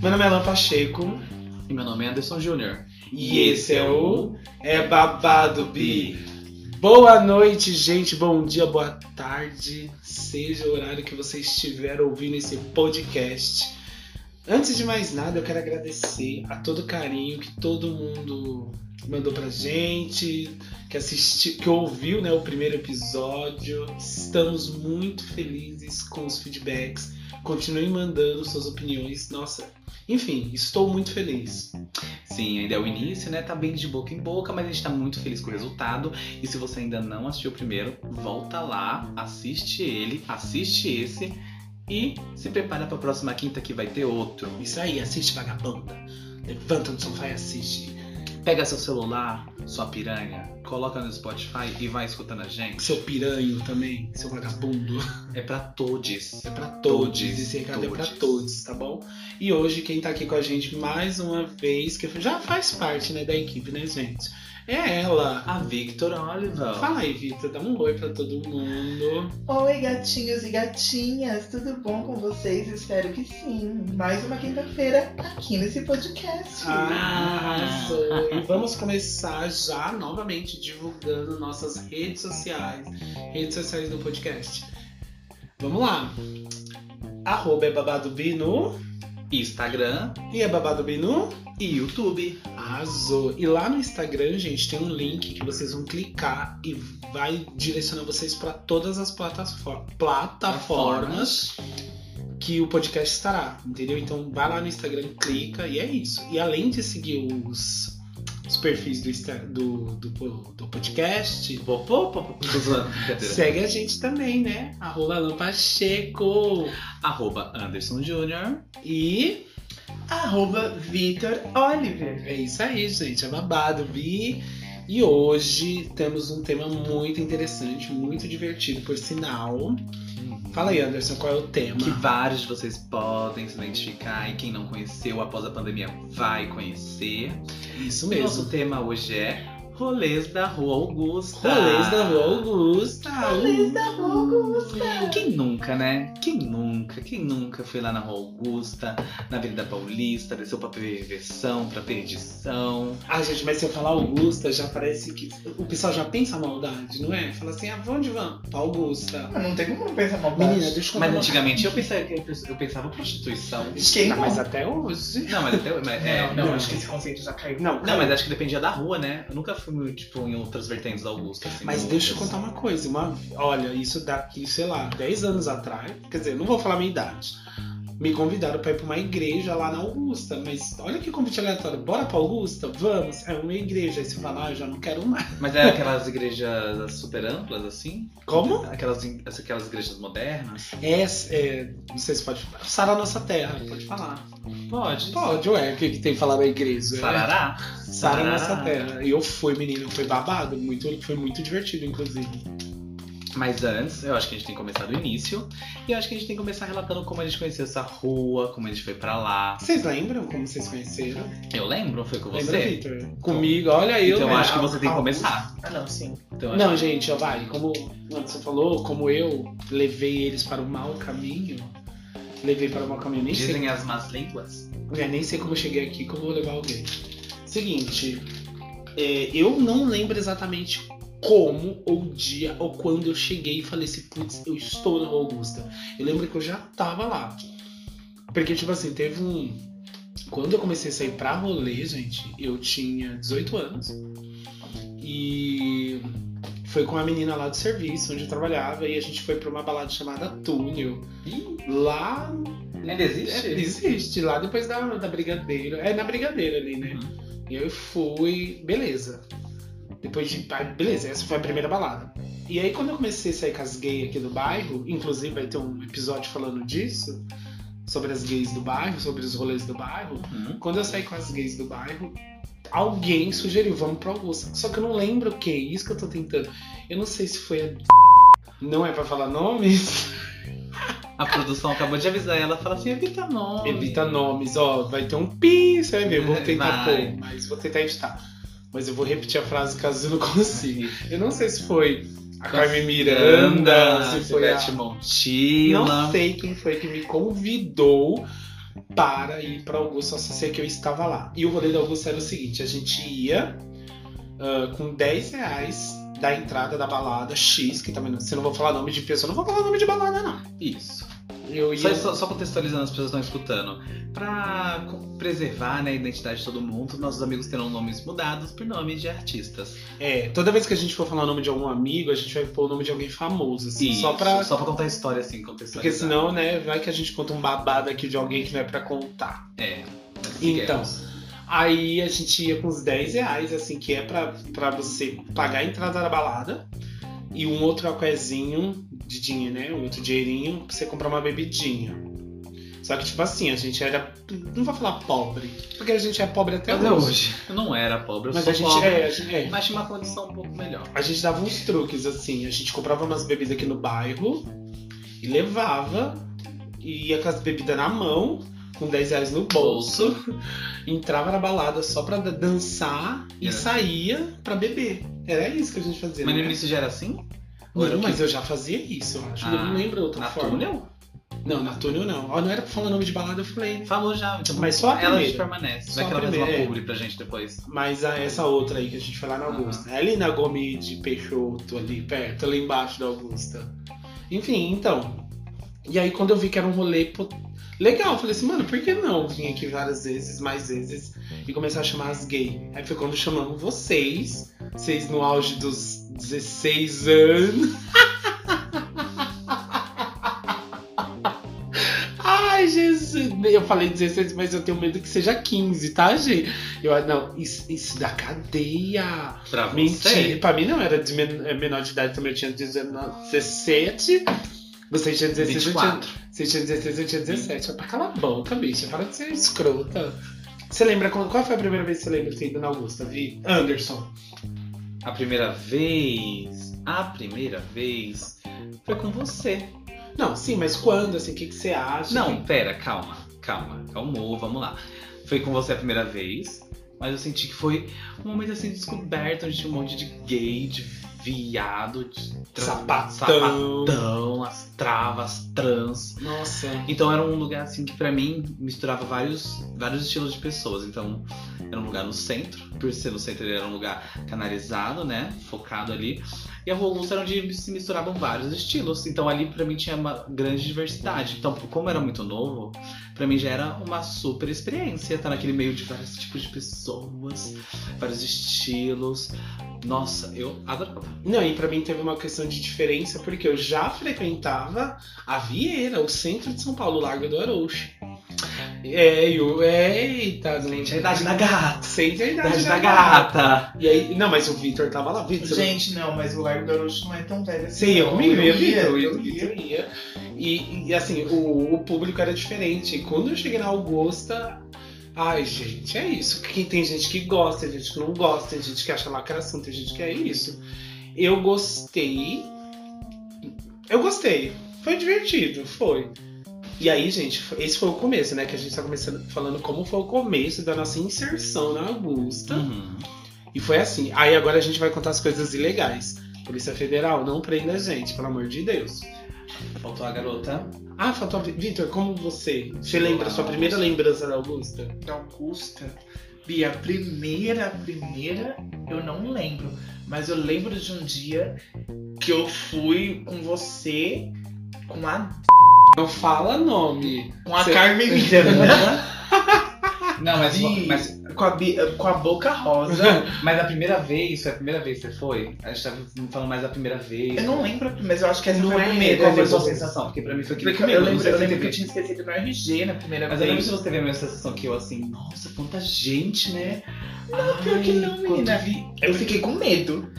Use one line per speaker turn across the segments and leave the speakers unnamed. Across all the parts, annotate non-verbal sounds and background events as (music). Meu nome é Alan Pacheco
E meu nome é Anderson Júnior.
e esse é o É Babado Bi. Boa noite, gente. Bom dia, boa tarde. Seja o horário que você estiver ouvindo esse podcast. Antes de mais nada, eu quero agradecer a todo o carinho que todo mundo mandou pra gente, que assistiu, que ouviu, né, o primeiro episódio. Estamos muito felizes com os feedbacks. Continuem mandando suas opiniões. Nossa, enfim, estou muito feliz.
Sim, ainda é o início, né? Tá bem de boca em boca, mas a gente tá muito feliz com o resultado. E se você ainda não assistiu o primeiro, volta lá, assiste ele, assiste esse e se prepara pra próxima quinta que vai ter outro.
Isso aí, assiste vagabunda. Levanta no sofá e assiste.
Pega seu celular, sua piranha, coloca no Spotify e vai escutando a gente.
Seu piranho também, seu vagabundo.
É pra todos.
É pra todos.
Todes,
Esse recado é pra
todes.
todos, tá bom? E hoje quem tá aqui com a gente mais uma vez, que já faz parte né, da equipe, né, gente? É ela.
A Victor Oliver.
Fala aí, Vitor, dá um oi pra todo mundo.
Oi, gatinhos e gatinhas, tudo bom com vocês? Espero que sim. Mais uma quinta-feira aqui nesse podcast.
Arrasou! E vamos começar já novamente divulgando nossas redes sociais, redes sociais do podcast. Vamos lá! Arroba é babado Binu
Instagram
e é babado Binu.
e YouTube.
Arrasou! E lá no Instagram, gente, tem um link que vocês vão clicar e vai direcionar vocês para todas as plataform- Tá plataformas que o podcast estará, entendeu? Então vai lá no Instagram, clica e é isso. E além de seguir os, os perfis do, Insta- do, do, do podcast,
Pô, pô, pô, pô, tô zoando, brincadeira.
segue a gente também, né? Arroba Alan Pacheco
Arroba Anderson Júnior.
e
Arroba Vitor Oliver.
É isso aí, gente. É babado, Vi. E hoje temos um tema muito interessante, muito divertido, por sinal. Fala aí, Anderson, qual é o tema?
Que vários de vocês podem se identificar e quem não conheceu após a pandemia vai conhecer.
Isso
O
mesmo.
nosso tema hoje é Rolês da Rua Augusta.
Rolês da Rua Augusta.
Rolês da Rua Augusta.
Quem nunca, né? Quem nunca, quem nunca foi lá na Rua Augusta, na Avenida Paulista, desceu pra perversão, pra perdição.
Ah, gente, mas se eu falar Augusta, já parece que. O pessoal já pensa a maldade, não é? Fala assim, ah, pra onde vamos? Pra Augusta.
Não tem como não pensar mal tá?
Menina, deixa eu contar.
Mas
uma-
antigamente eu pensava, eu pensava prostituição.
Quem
Ah, mas
não?
até hoje.
Não, mas até. mas- é,
não,
não,
acho que esse conceito já caiu.
Não,
Não, mas acho que dependia da rua, né? Eu nunca fui, tipo, em outras vertentes da Augusta. Assim,
Mas
no-
deixa eu contar uma coisa. Uma, olha, isso daqui, sei lá, 10 anos atrás. Quer dizer, eu não vou falar a minha idade. Me convidaram pra ir pra uma igreja lá na Augusta. Mas olha que convite aleatório. Bora pra Augusta? Vamos. É uma igreja. Aí você fala, ah, eu já não quero mais.
Mas é aquelas igrejas super amplas, assim?
Como?
Aquelas, aquelas igrejas modernas? assim?
É, é, não sei se pode falar. Sara a nossa terra. Pode falar.
Pode.
Pode, ué. O que, que tem que falar da igreja? É.
Sarará?
Sara a nossa
Sarará.
terra. E eu fui, menino. Foi babado. Muito, foi muito divertido, inclusive.
Mas antes, eu acho que a gente tem que começar do início. E eu acho que a gente tem que começar relatando como a gente conheceu essa rua, como a gente foi pra lá.
Vocês lembram como vocês conheceram?
Eu lembro, foi com
Lembra,
você?
Victor? Comigo, olha eu.
Então eu
né?
acho que você tem que começar.
Ah, não, sim.
Então, eu
Não,
acho-
gente, ó, vai. Como você falou, como eu levei eles para o mau caminho, levei para o mau caminho. Nem sei,
Dizem as más línguas.
né, nem sei como eu cheguei aqui, como eu vou levar alguém. Seguinte, é, eu não lembro exatamente como, ou dia, ou quando eu cheguei e falei assim, putz, eu estou na Rua Augusta. Eu lembro que eu já tava lá. Porque, tipo assim, teve um. Quando eu comecei a sair pra rolê, gente, eu tinha 18 anos. E foi com a menina lá do serviço, onde eu trabalhava, e a gente foi pra uma balada chamada Túnel. Lá
Ainda existe?
é, existe, lá depois da, da Brigadeiro. É na Brigadeiro ali, né? E eu fui, beleza. Depois de. ah, Beleza, essa foi a primeira balada. E aí, quando eu comecei a sair com as gays aqui do bairro, inclusive vai ter um episódio falando disso, sobre as gays do bairro, sobre os rolês do bairro.
Uhum.
Quando eu saí com as gays do bairro, alguém sugeriu, vamos pra Augusta. Só que eu não lembro quem, isso que eu tô tentando. Eu não sei se foi a. Não é pra falar nomes?
A produção acabou de avisar ela, fala assim, evita nome.
Evita nomes, ó, vai ter um pi, você (laughs) vai ver, eu vou tentar
Vai.
pôr, mas vou tentar editar. Mas eu vou repetir a frase caso eu não (laughs) consiga. Eu não sei se foi a Carmen Miranda, se foi a...
Montila.
Não sei quem foi que me convidou para ir para Augusta, só sei que eu estava lá. E o rolê da Augusta era o seguinte: a gente ia ah, com 10 reais da entrada da balada X, que também não, se eu não vou falar nome de pessoa, não vou falar nome de balada, não.
Isso.
Eu ia.
Só, só- só contextualizando, as pessoas estão escutando. Pra co- preservar né, a identidade de todo mundo, nossos amigos terão nomes mudados por nome de artistas.
É, toda vez que a gente for falar o nome de algum amigo, a gente vai pôr o nome de alguém famoso, assim,
Isso,
só pra.
só pra contar a história assim,
Porque
contextualizar.
senão, né, vai que a gente conta um babado aqui de alguém que não é pra contar.
É.
Então,
sigamos.
Aí a gente ia com uns 10 reais, assim, que é pra, pra você pagar a entrada da balada e um outro aquezinho de dinheiro, né? Um outro dinheirinho pra você comprar uma bebidinha. Só que, tipo assim, a gente era. Não vou falar pobre, porque a gente é pobre até
Até
hoje.
hoje. Eu não era pobre, eu
Mas
sou
a gente,
pobre.
é, a gente é.
Mas tinha uma condição um pouco melhor.
A gente dava uns truques, assim. A gente comprava umas bebidas aqui no bairro e levava, e ia com as bebidas na mão, com 10 reais no
(laughs)
bolso, entrava na balada só pra da- dançar e
É.
saía pra beber. Era isso que a gente fazia.
Mas no
né?
início já era assim?
Não,
Ou era o
mas
quê?
eu já fazia isso, eu acho.
Ah,
eu não lembro outra
na
forma.
túnel?
Não, na túnel não. Ó, não era pra falar nome de balada, eu falei. né?
Falou já. Então
Mas só a
ela
primeira.
permanece.
Só
Vai
a
que ela faz
primeira,
uma
é.
publi pra gente depois.
Mas a- essa outra aí que a gente foi lá na
Aham.
Augusta. É ali na Gomes de Peixoto, ali perto, ali embaixo da Augusta. Enfim, então. E aí quando eu vi que era um rolê pô, legal, eu falei assim, mano, por que não vim aqui várias vezes, mais vezes, e começar a chamar as gays? Aí foi quando chamamos vocês, vocês no auge dos 16 anos. (laughs) Ai, Jesus. Eu falei 16, mas eu tenho medo que seja 15, tá, gente? Eu, não, isso, isso da cadeia.
Pra
Mentira,
você.
pra mim não era de men- eh, menor de idade, também eu tinha 19, 17. Você tinha 16, eu tinha,
24.
você tinha 16, eu tinha 17. Ah, Cala a boca, bicha, para de ser escrota. Você lembra quando, qual foi a primeira vez que você lembra de ter ido na Augusta? Vi Anderson.
A primeira vez. A primeira vez. Foi com você.
Não, sim, mas quando, assim, o que, que você acha?
Não, pera, calma, calma, calmou, vamos lá. Foi com você a primeira vez, mas eu senti que foi um momento assim de descoberta, onde tinha um monte de gay, de viado, de trans-
Sapatão.
sapatão, as travas, trans.
Nossa.
Então era um lugar assim que pra mim misturava vários, vários estilos de pessoas. Então era um lugar no centro, por ser no centro ele era um lugar canalizado, né, focado ali. E a Augusta era onde se misturavam vários estilos. Então ali pra mim tinha uma grande diversidade. Então como era muito novo, pra mim já era uma super experiência estar naquele meio de vários tipos de pessoas, vários estilos. Nossa, eu adorava.
Não, e pra mim teve uma questão de diferença, porque eu já frequentava a Vieira, o centro de São Paulo, o Largo do Arouche. É, eu, eita,
Gente, a é idade da gata.
Sente a
A
idade
idade
da
da gata.
E aí, não, mas o Vitor tava lá, Vitor. você não-
Gente, não, mas o Largo Garoto não é tão velho assim.
Você ia
não.
comigo, eu ia,
eu
Vitor.
ia,
Eu ia, eu ia. E, e, assim, o, o público era diferente. E Quando eu cheguei na Augusta. Ai, gente, é isso. Que tem gente que gosta, tem gente que não gosta, tem gente que acha lacração, tem gente que é isso. Eu gostei. Eu gostei. Foi divertido, foi. E aí, gente, foi- esse foi o começo, né? Que a gente tá começando falando como foi o começo da nossa inserção na Augusta.
Uhum.
E foi assim. Aí agora a gente vai contar as coisas ilegais. Polícia Federal, não prenda a gente, pelo amor de Deus.
Faltou a garota.
Ah, faltou. a- Vitor, como você? Você
Sei
lembra a
lá,
sua primeira lembrança da Augusta?
da Augusta. Bia, a primeira, a primeira, eu não lembro. Mas eu lembro de um dia que eu fui com você, com a,
Não fala nome.
com a
Cê-
(laughs)
Carmen Miranda,
Não, mas,
Ih.
mas
com, a, Bi- com a Boca Rosa.
Mas a primeira vez, foi a primeira vez que você foi? A gente tava falando mais da primeira vez.
Eu não lembro, mas eu acho que essa
Não
foi a
é
primeira.
qual foi a
eu
sua
lembro.
sensação? Porque pra mim foi que
Porque eu lembro, eu lembro que eu tinha esquecido no RG na primeira
Mas eu lembro
vez.
se você teve a mesma sensação que eu, assim, nossa, quanta gente, né?
Não, pior que não,
quando
menina.
vi-
Eu fiquei com
(laughs)
medo.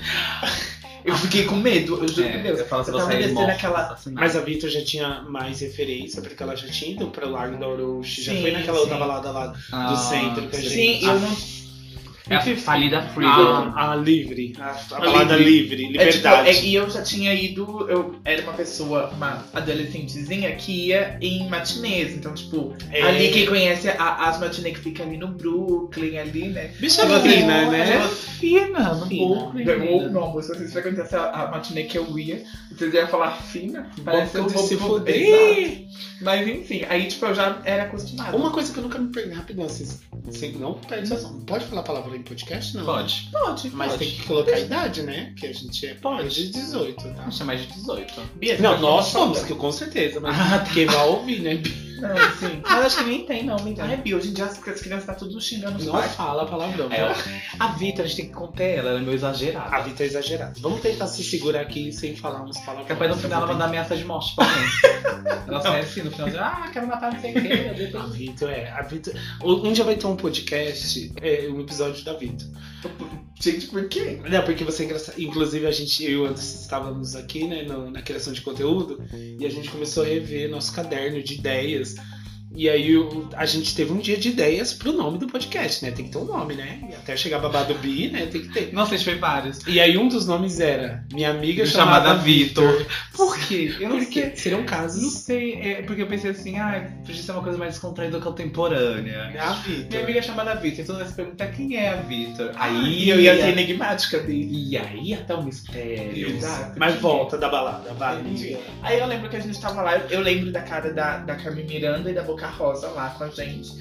Eu fiquei com medo, eu juro por
É,
Deus.
eu falo se
Eu tava
você é
descendo
irmão,
aquela-
assassinado.
Mas a Vitor já tinha mais referência, porque ela já tinha ido pro Largo da Orochi, já
Sim,
foi naquela outra
sim.
balada lá.
Ah,
centro que a
sim.
gente-
Sim, eu não.
É a falida
Ah,
freedom.
A, a livre. A, a
A
palavra livre,
livre. É, tipo,
liberdade.
é- e eu já tinha ido, eu era uma pessoa, uma adolescentezinha que ia em matinês. Então, tipo,
É.
ali quem conhece a- as matinês que fica ali no Brooklyn, ali, né?
Tipo
É.
Bicha
assim,
fina, né?
Fina, no
Fina.
Um pouco.
Ou não, se vocês frequentassem a, a matinê que eu ia, vocês iam falar fina.
Parece
um
de se
pouco-
fuder.
Exato. Mas enfim, aí tipo, eu já era acostumada.
Uma coisa que eu nunca me perguntei, rapidão, vocês, você não perde noção. Pode falar palavra em podcast? Não.
Pode.
Pode,
Mas
pode.
tem que colocar a idade, né? Que a gente é pode de 18, tá?
Vamos chamar é de 18.
Bia, você
Não,
pode
nós
falar.
somos, que com certeza, mas quem vai ouvir, né?
Não, Ah, sim. Mas acho que nem tem, não, me engano. Ai, Bia, hoje em dia as as crianças tá tudo xingando os
Não
pais.
fala palavrão.
É, ó, a Vita, a gente tem que conter ela, ela é meio exagerada.
A vida é exagerada. Vamos tentar se segurar aqui sem falar uns palavrões.
Capaz no final ela mandar ameaça de morte pra mim. Ela sai assim no final, ah, quero matar não sei quem.
A Vitor, é. A Vitor... Um um dia vai ter um podcast, é, um episódio da Vitor.
Gente, por quê?
Não, porque você é engraçado. Inclusive, a gente, eu e o Anderson estávamos aqui, né, no- na criação de conteúdo, e a gente começou a rever nosso caderno de ideias. E aí o- a gente teve um dia de ideias pro nome do podcast, né? Tem que ter um nome, né? E até chegar babado bi, né? Tem que ter.
Nossa, a gente fez vários.
E aí um dos nomes era Minha Amiga
Chamada
Chamada,
Vitor.
Vitor.
Por quê? Eu não
Por quê?
sei.
Seriam
Não
casos.
sei, é, porque eu pensei assim, ah, podia ser uma coisa mais descontraída contemporânea.
A
Minha
Vitor.
amiga chamada Vitor, então ela se pergunta quem é a Vitor.
Ah,
Aí
E eu ia ter enigmática dele.
E aí até um mistério.
Exato.
Mas volta da balada, vai.
Entendi. Aí eu lembro que a gente tava lá, eu, eu lembro da cara da, da Carmen Miranda e da Boca Rosa lá com a gente.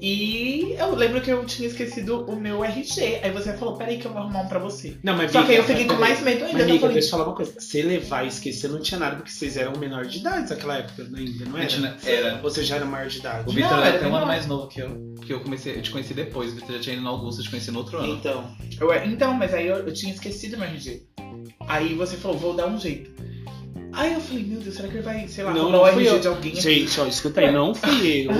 E eu lembro que eu tinha esquecido o meu RG. Aí você falou, peraí que eu vou arrumar um pra você.
Não, mas
Só que aí eu
Vitor,
fiquei com mais medo
Mas,
ainda. Eu
amiga,
falei,
deixa eu falar uma coisa. Se levar e esquecer, não tinha nada, porque vocês eram menor de idade naquela época, né, ainda, não
A gente
era?
não- é? Era.
Você já era maior de
O
idade.
Vitor
Não,
era
era
até um ano
menor.
mais novo que eu. Porque eu comecei, eu te conheci depois. O Vitor já tinha ido no Augusto, eu te conheci no outro ano.
Então,
eu, é, então, mas aí eu, eu tinha esquecido meu RG. Aí você falou, vou dar um jeito. Aí eu falei, meu Deus, será que ele vai, sei lá,
Não,
roubar
não
o
fui
RG
eu.
de alguém?
gente, ó, escuta aí, não fui eu.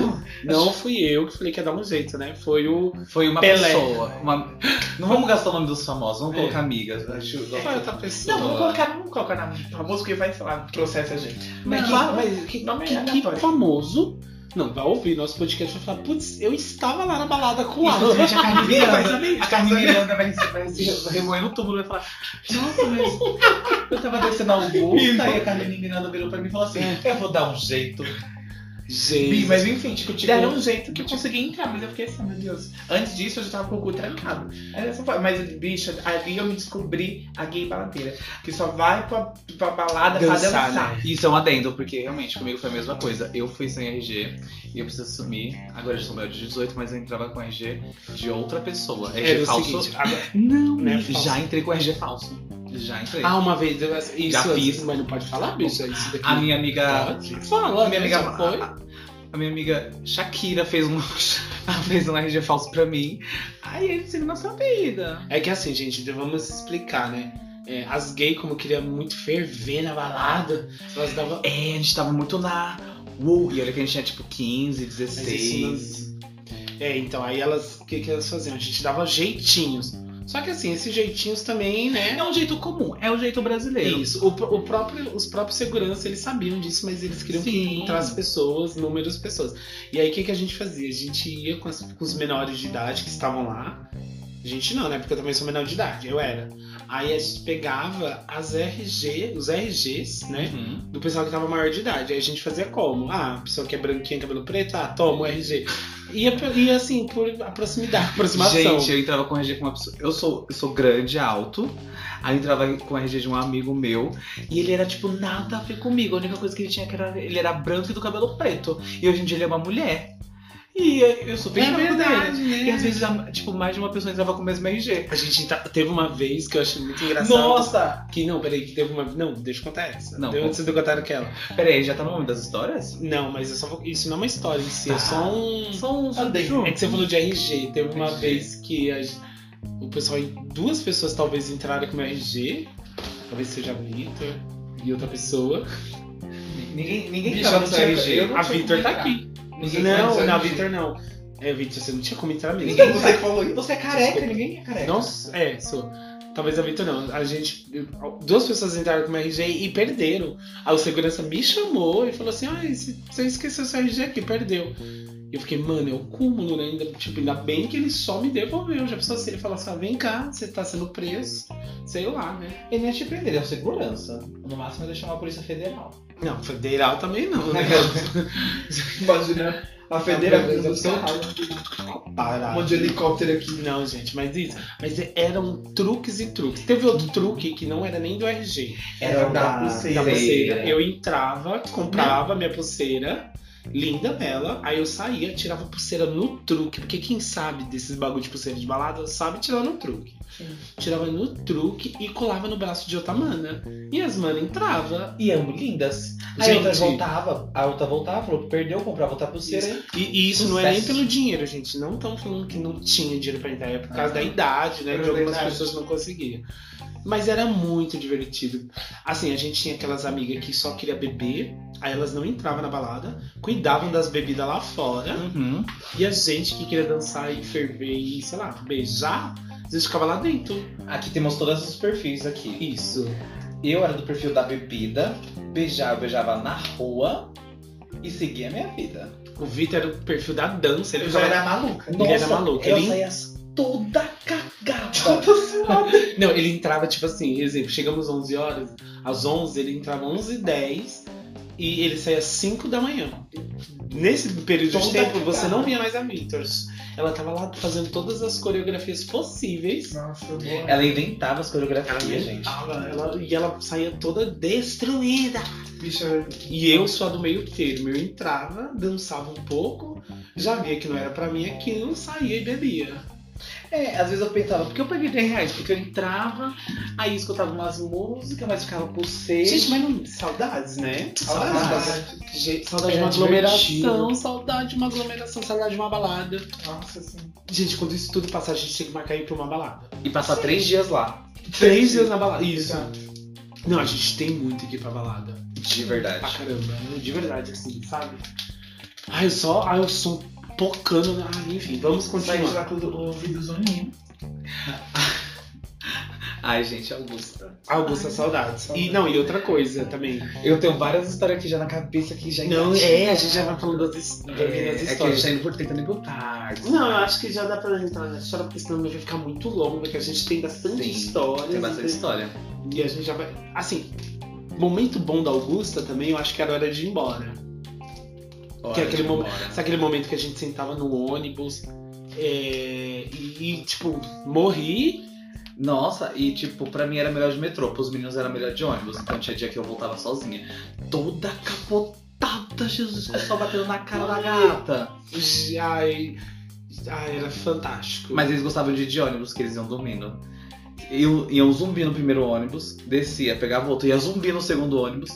Não fui eu que falei que ia dar um jeito, né? Foi o.
Foi uma
Pelé.
pessoa. uma- Não vamos gastar o nome dos famosos, vamos
É.
colocar amigas. né? Acho-
Qual é outra pessoa?
Não, vamos colocar, vamos colocar na famoso que vai, sei lá, processa a gente.
mas,
Não,
que, mas que,
nome é
que- que
aleatório.
famoso. Não, vai ouvir nosso podcast e vai falar, putz, eu estava lá na balada com o Alan.
Inclusive, a Carmen
Vai
Miranda,
saber
a Carmen Miranda vai, vai se remoer no túmulo e vai falar: Nossa, mas eu tava descendo ao Augusta aí a Carmen Miranda virou pra mim e falou assim:
É.
Eu vou dar um jeito.
Gente,
mas enfim, tipo, deram
tipo-
um jeito que eu consegui entrar, mas eu fiquei assim, meu Deus. Antes disso eu já tava com o cu trancado. Aí eu só falei, Mas, bicha, ali eu me descobri a gay baladeira. Que só vai pra, pra balada pra
Dançar, né?
dançar.
Isso é um adendo, porque realmente comigo foi a mesma coisa. Eu fui sem RG e eu preciso assumir. Agora eu sou maior de 18, mas eu entrava com RG de outra pessoa. RG
é o
falso.
seguinte. agora-
Não,
Não é falso.
já entrei com RG falso. Já entrei.
ah, uma vez, eu- isso,
fiz.
mas não pode falar, bicha, isso daqui.
a minha amiga.
Pode. Fala,
A minha amiga,
já foi.
a, a minha amiga Shakira fez um, (laughs) ela fez um RG falso pra mim. Aí ele seguiu nossa vida.
É que assim, gente, vamos explicar, né? É, as gays, como queria muito ferver na balada, elas davam.
É, a gente tava muito na. Uou, e olha que a gente tinha tipo 15,
Mas isso
16.
não- É, então, aí elas. O que, que elas faziam? A gente dava jeitinhos. Só que assim, esses jeitinhos também, né?
É um jeito comum, é o jeito brasileiro.
Isso. O, pr- o próprio, os próprios segurança, eles sabiam disso, mas eles queriam
Sim.
encontrar as pessoas, números de pessoas. E aí, o que, que a gente fazia? A gente ia com, as- com os menores de idade que estavam lá. A gente não, né? Porque eu também sou menor de idade, eu era. Aí a gente pegava as RG, os RGs, né?
Uhum.
do pessoal que tava maior de idade. Aí a gente fazia como? Ah, a pessoa que é branquinha, cabelo preto, ah, toma o RG. Ia, pe- ia assim, por aproximidade, (laughs) aproximação.
Gente, eu entrava com RG com uma pessoa. Eu sou, eu sou grande, alto. Aí eu entrava com RG de um amigo meu. E ele era, tipo, nada a ver comigo. A única coisa que ele tinha que era. Ele era branco e do cabelo preto. E hoje em dia ele é uma mulher. E eu super
é
entrava com ele.
verdade,
E às
né?
vezes, a- tipo, mais de uma pessoa entrava com o mesmo RG.
A gente tá- teve uma vez que eu achei muito engraçado.
Nossa!
Que não, peraí, que teve uma. Não, deixa eu contar essa.
Não,
Deu
conta.
antes de eu contar aquela.
Peraí, já tá no momento das histórias?
Não, mas eu só vou- Isso não é uma história em si,
Tá.
é só um.
Só um
Andei.
É que você falou de RG. Teve uma
RG.
vez que a gen- o pessoal, duas pessoas talvez entraram com o meu RG. Talvez seja a Vitor e outra pessoa. né?
Ninguém, ninguém
Bicho,
tava
eu
no
não
seu
tinha-
RG.
eu não
A
tinha
Vitor tá
como
aqui.
Ninguém
não,
sabe
não,
disso.
Vitor não. É, Vitor, você não tinha como entrar mesmo.
Ninguém
Você que falou isso.
Você é careca, ninguém é careca.
Nossa, é, sou. Talvez a Vitor não. A gente. Duas pessoas entraram com o meu RG e perderam. Aí o segurança me chamou e falou assim: Ah, esse- você esqueceu seu RG aqui, perdeu. E eu fiquei, mano, é o cúmulo, né? Ainda, tipo, ainda bem que ele só me devolveu. Já pensou se ele falasse, ah, vem cá, você tá sendo preso, sei lá, né?
Ele nem ia te prender, ele é um segurança. No máximo ele ia chamar a Polícia Federal.
Não, federal também não, né?
Imagina a Federal com o seu um
Parado.
monte de helicóptero aqui.
Não, gente, mas isso. Mas é- eram truques e truques. Teve outro truque que não era nem do RG.
Era da
Da
pulseira.
pulseira. é. Eu entrava, comprava minha pulseira. Linda, bela. Aí eu saía, tirava a pulseira no truque. Porque quem sabe desses bagulho de pulseira de balada sabe tirar no truque.
Sim.
Tirava no truque e colava no braço de outra mana. E as manas entrava.
E ambas lindas. Aí a outra
Gente.
voltava, a outra voltava, falou, perdeu, comprava outra pulseira.
E, e isso não é nem
Sucesso.
pelo dinheiro, gente. Não estão falando que não tinha dinheiro pra entrar. É por causa
Ah.
da idade, né? De algumas
Verdade.
pessoas não conseguiam. Mas era muito divertido. Assim, a gente tinha aquelas amigas que só queria beber. Aí elas não entravam na balada. Cuidavam das bebidas lá fora.
Uhum.
E a gente que queria dançar e ferver e, sei lá, beijar. Às vezes ficava lá dentro.
Aqui temos todos os perfis aqui.
Isso.
Eu era do perfil da bebida, beijava, eu beijava na rua e seguia a minha vida.
O Vitor era o perfil da dança. Ele
Eu já
ficava...
era maluca.
Ele era maluco,
eu
ele-
saía toda cagada.
(laughs)
Toda suada.
Não, ele entrava, tipo assim, exemplo, chegamos às 11 horas, às 11 ele entrava às 11 h 10 e ele saía às 5 da manhã. Nesse período de
Toda
tempo,
cagada.
você não via mais a Victors. Ela tava lá fazendo todas as coreografias possíveis.
Nossa, boa.
Ela inventava as coreografias,
Ela
gente.
Ela, ela- e ela saía toda destruída.
Bicha,
E eu só do meio termo. Eu entrava, dançava um pouco, já via que não era pra mim aquilo, saía e bebia.
É, às vezes eu pensava, por que eu paguei 10 reais? Porque eu entrava, aí escutava umas músicas, mas ficava pulseira.
Gente, mas não, saudades, né?
saudade.
Gente, saudade de
Era
uma aglomeração,
divertido.
saudade de uma aglomeração, saudade de uma balada.
Nossa, assim.
Gente, quando isso tudo passar, a gente tem que marcar ir pra uma balada.
E passar três dias lá.
Três dias na balada. Isso.
Exato.
Não, a gente tem muito que ir pra balada.
De
Pra
verdade.
caramba. De verdade, assim, sabe? Ai, eu só. Ai, eu sou pocando. na- Ah, enfim, vamos
Saí de
continuar.
lá com o ouvido zunindo.
Ai, gente, Augusta.
Augusta, saudades. E não, e outra coisa também.
Eu tenho várias histórias aqui já na cabeça que já
Não, é, a gente já vai falando das, his- das
É,
minhas
é que a gente
histórias.
tá indo por tentando ir pro parque.
Não, eu acho que já dá pra entrar na história, porque senão vai ficar muito longo, porque a gente tem bastante
Sim,
história.
Tem bastante história.
E a gente já vai. Assim, momento bom da Augusta também, eu acho que era hora de ir embora.
Hora
Que é aquele
de ir
momento-
embora.
Sabe aquele momento que a gente sentava no ônibus é, e, e, tipo, morri.
Nossa, e tipo, pra mim era melhor de metrô, pros meninos era melhor de ônibus, então tinha dia que eu voltava sozinha. Toda capotada, Jesus, o sol batendo na cara da gata.
Ai, ai, era fantástico.
Mas eles gostavam de ir de ônibus, que eles iam dormindo. Eu ia um zumbi no primeiro ônibus, descia, pegava outro, ia zumbi no segundo ônibus.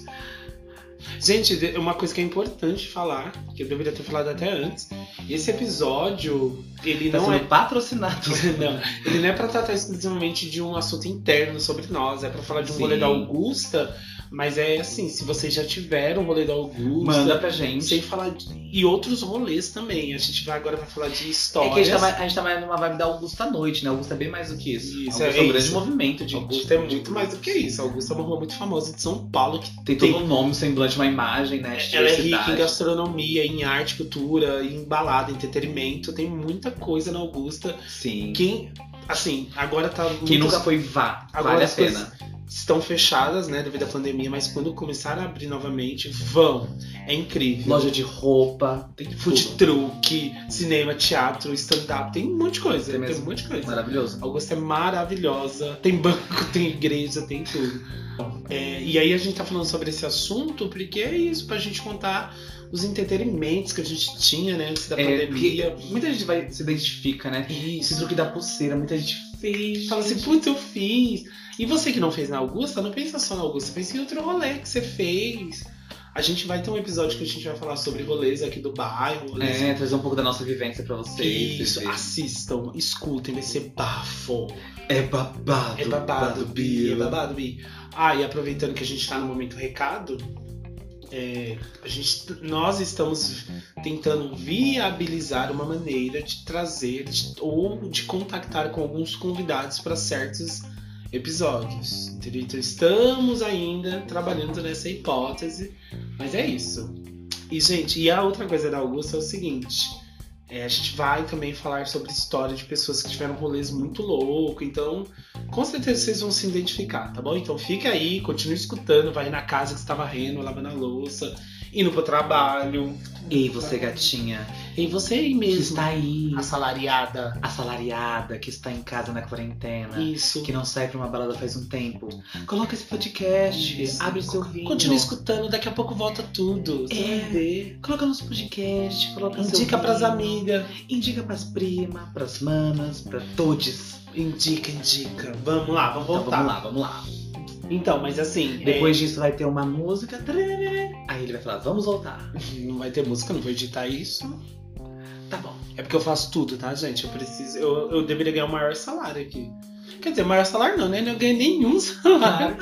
Gente, de- uma coisa que é importante falar, que eu deveria ter falado até antes, esse episódio, ele
Tá
não é. (laughs)
sendo patrocinado.
Não, ele não é pra tratar exclusivamente de um assunto interno sobre nós, é pra falar de um
Sim.
rolê da Augusta, mas é assim, se vocês já tiveram um rolê da Augusta,
Manda pra gente.
sem falar de- e outros rolês também. A gente vai agora vai falar de
É
histórias.
que a gente, tá, mais- a gente tá mais numa vibe da Augusta à noite, né? Augusta é bem mais do que isso.
Isso,
Augusta
é
é um
isso.
grande movimento de.
Augusta é muito mais do que isso. Augusta é uma rua muito famosa de São Paulo que
Tem todo um nome, um semblante, uma imagem, né?
ela é rica
Diversidade.
em gastronomia, em arte, cultura, em balada, entretenimento. Tem muita coisa na Augusta.
Sim.
Quem, assim, agora tá
Quem
muitas-
nunca foi, vá.
Agora
vale a
as coisas-
pena.
estão fechadas, né, devido à pandemia, mas quando começar a abrir novamente, vão. É incrível.
Loja de roupa, tem
Food
tudo.
truck, cinema, teatro, stand-up, tem um monte de coisa.
Tem
Tem,
mesmo.
um monte de coisa.
Maravilhoso.
Augusta é maravilhosa, tem banco, (laughs) tem igreja, tem tudo. É, e aí a gente tá falando sobre esse assunto porque é isso, pra gente contar os entretenimentos que a gente tinha, né, antes da
É,
pandemia.
porque muita gente vai, se identifica, né? Esse
Isso.
truque da pulseira, muita gente fez.
Fala assim, putz, eu fiz. E você que não fez na Augusta, não pensa só na Augusta, pensa em outro rolê que você fez. A gente vai ter um episódio que a gente vai falar sobre rolês aqui do bairro, rolês.
É, trazer um pouco da nossa vivência pra vocês.
Isso,
vocês
assistam, escutem, vai ser bafo.
verem. É babado.
É babado, Bi. É
Bia.
babado, Bi. Ah, e aproveitando que a gente tá no momento recado, é, a gente, nós estamos tentando viabilizar uma maneira de trazer de- ou de contactar com alguns convidados para certos episódios. entendeu? Então estamos ainda trabalhando nessa hipótese, mas é isso. E, gente, e a outra coisa da Augusta é o seguinte. É, a gente vai também falar sobre história de pessoas que tiveram rolês muito louco, então com certeza vocês vão se identificar, tá bom? Então fica aí, continue escutando, vai na casa que estava varrendo, lavando a louça, indo pro trabalho.
Ei, você gatinha,
E você aí
que
mesmo,
está aí,
assalariada.
assalariada, que está em casa na quarentena,
Isso.
que não sai pra uma balada faz um tempo, coloca esse podcast,
Isso.
abre seu vinho.
Continue escutando, daqui a pouco volta tudo. Você
É.
vai ver.
Coloca nosso podcast, coloca seu
Indica pras
vinho,
amigas.
Indica pras primas, pras manas, pra Tá todes.
Indica, indica. Vamos lá, vamos
Então,
voltar.
vamos lá, vamos lá.
Então, mas assim,
Depois disso vai ter uma música. tarará, Aí ele vai falar, vamos voltar.
é, não vai ter música, não vou editar isso.
Tá bom. (laughs)
É porque eu faço tudo, tá, gente? Eu preciso. Eu, eu deveria ganhar o maior salário aqui. Quer dizer, maior salário não, né? Eu não ganhei nenhum salário.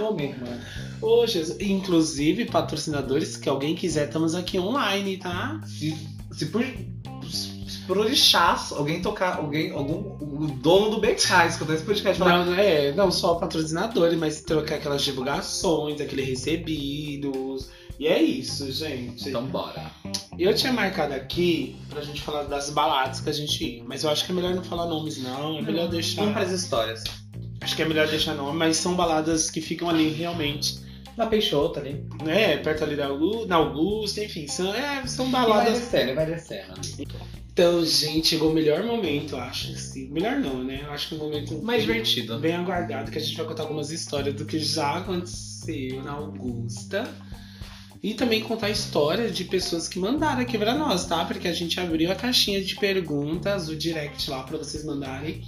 Ô, minha irmã.
Ô, Jesus. Inclusive, patrocinadores, que alguém quiser, estamos aqui online, tá?
Se, se por. Se por orixás, alguém tocar, alguém, algum, o dono do BK escutar esse podcast e falar,
Não, é, não só patrocinadores, mas trocar aquelas divulgações, aquele recebidos. E é isso, gente.
então bora.
Eu tinha marcado aqui pra gente falar das baladas que a gente ia, mas eu acho que é melhor não falar nomes, não. É melhor deixar.
Vamos para as histórias.
Acho que é melhor deixar nome, mas são baladas que ficam ali realmente.
Na Tá Peixoto ali.
né, perto ali da Augusta, na Augusta, enfim, são, é, são
E vai
baladas.
descendo, vai descendo.
Então, gente, chegou o melhor momento, eu acho. Assim. Melhor não, né? Eu acho que o momento
Mais
bem,
divertido.
bem aguardado, que a gente vai contar algumas histórias do que já aconteceu na Augusta. E também contar histórias de pessoas que mandaram aqui pra nós, tá? Porque a gente abriu a caixinha de perguntas, o direct lá pra vocês mandarem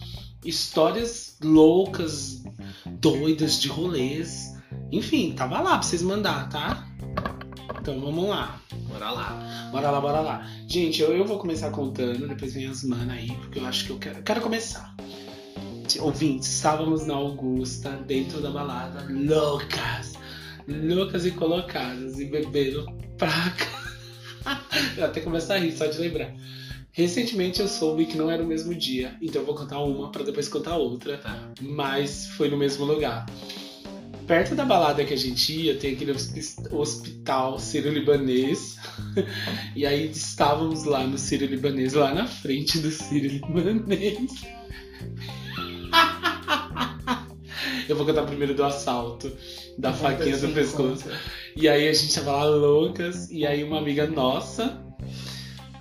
histórias loucas, doidas de rolês. Enfim, tava lá pra vocês mandar, tá? Então vamos lá.
Bora lá.
Bora lá, bora lá. Gente, eu, eu vou começar contando, depois vem as manas aí, porque eu acho que eu quero, eu quero começar. Ouvintes, estávamos na Augusta, dentro da balada, loucas, loucas e colocadas, e beberam pra (laughs) cá. Eu até começo a rir só de lembrar. Recentemente eu soube que não era o mesmo dia, então eu vou contar uma pra depois contar outra,
Tá.
mas foi no mesmo lugar. Perto da balada que a gente ia, tem aquele hospi- hospital sírio-libanês. (laughs) E aí estávamos lá no Sírio Libanês, lá na frente do Sírio Libanês. (laughs) Eu vou contar primeiro do assalto, da faquinha
Assim, né?
do pescoço. E aí a gente tava lá loucas, e aí uma amiga nossa,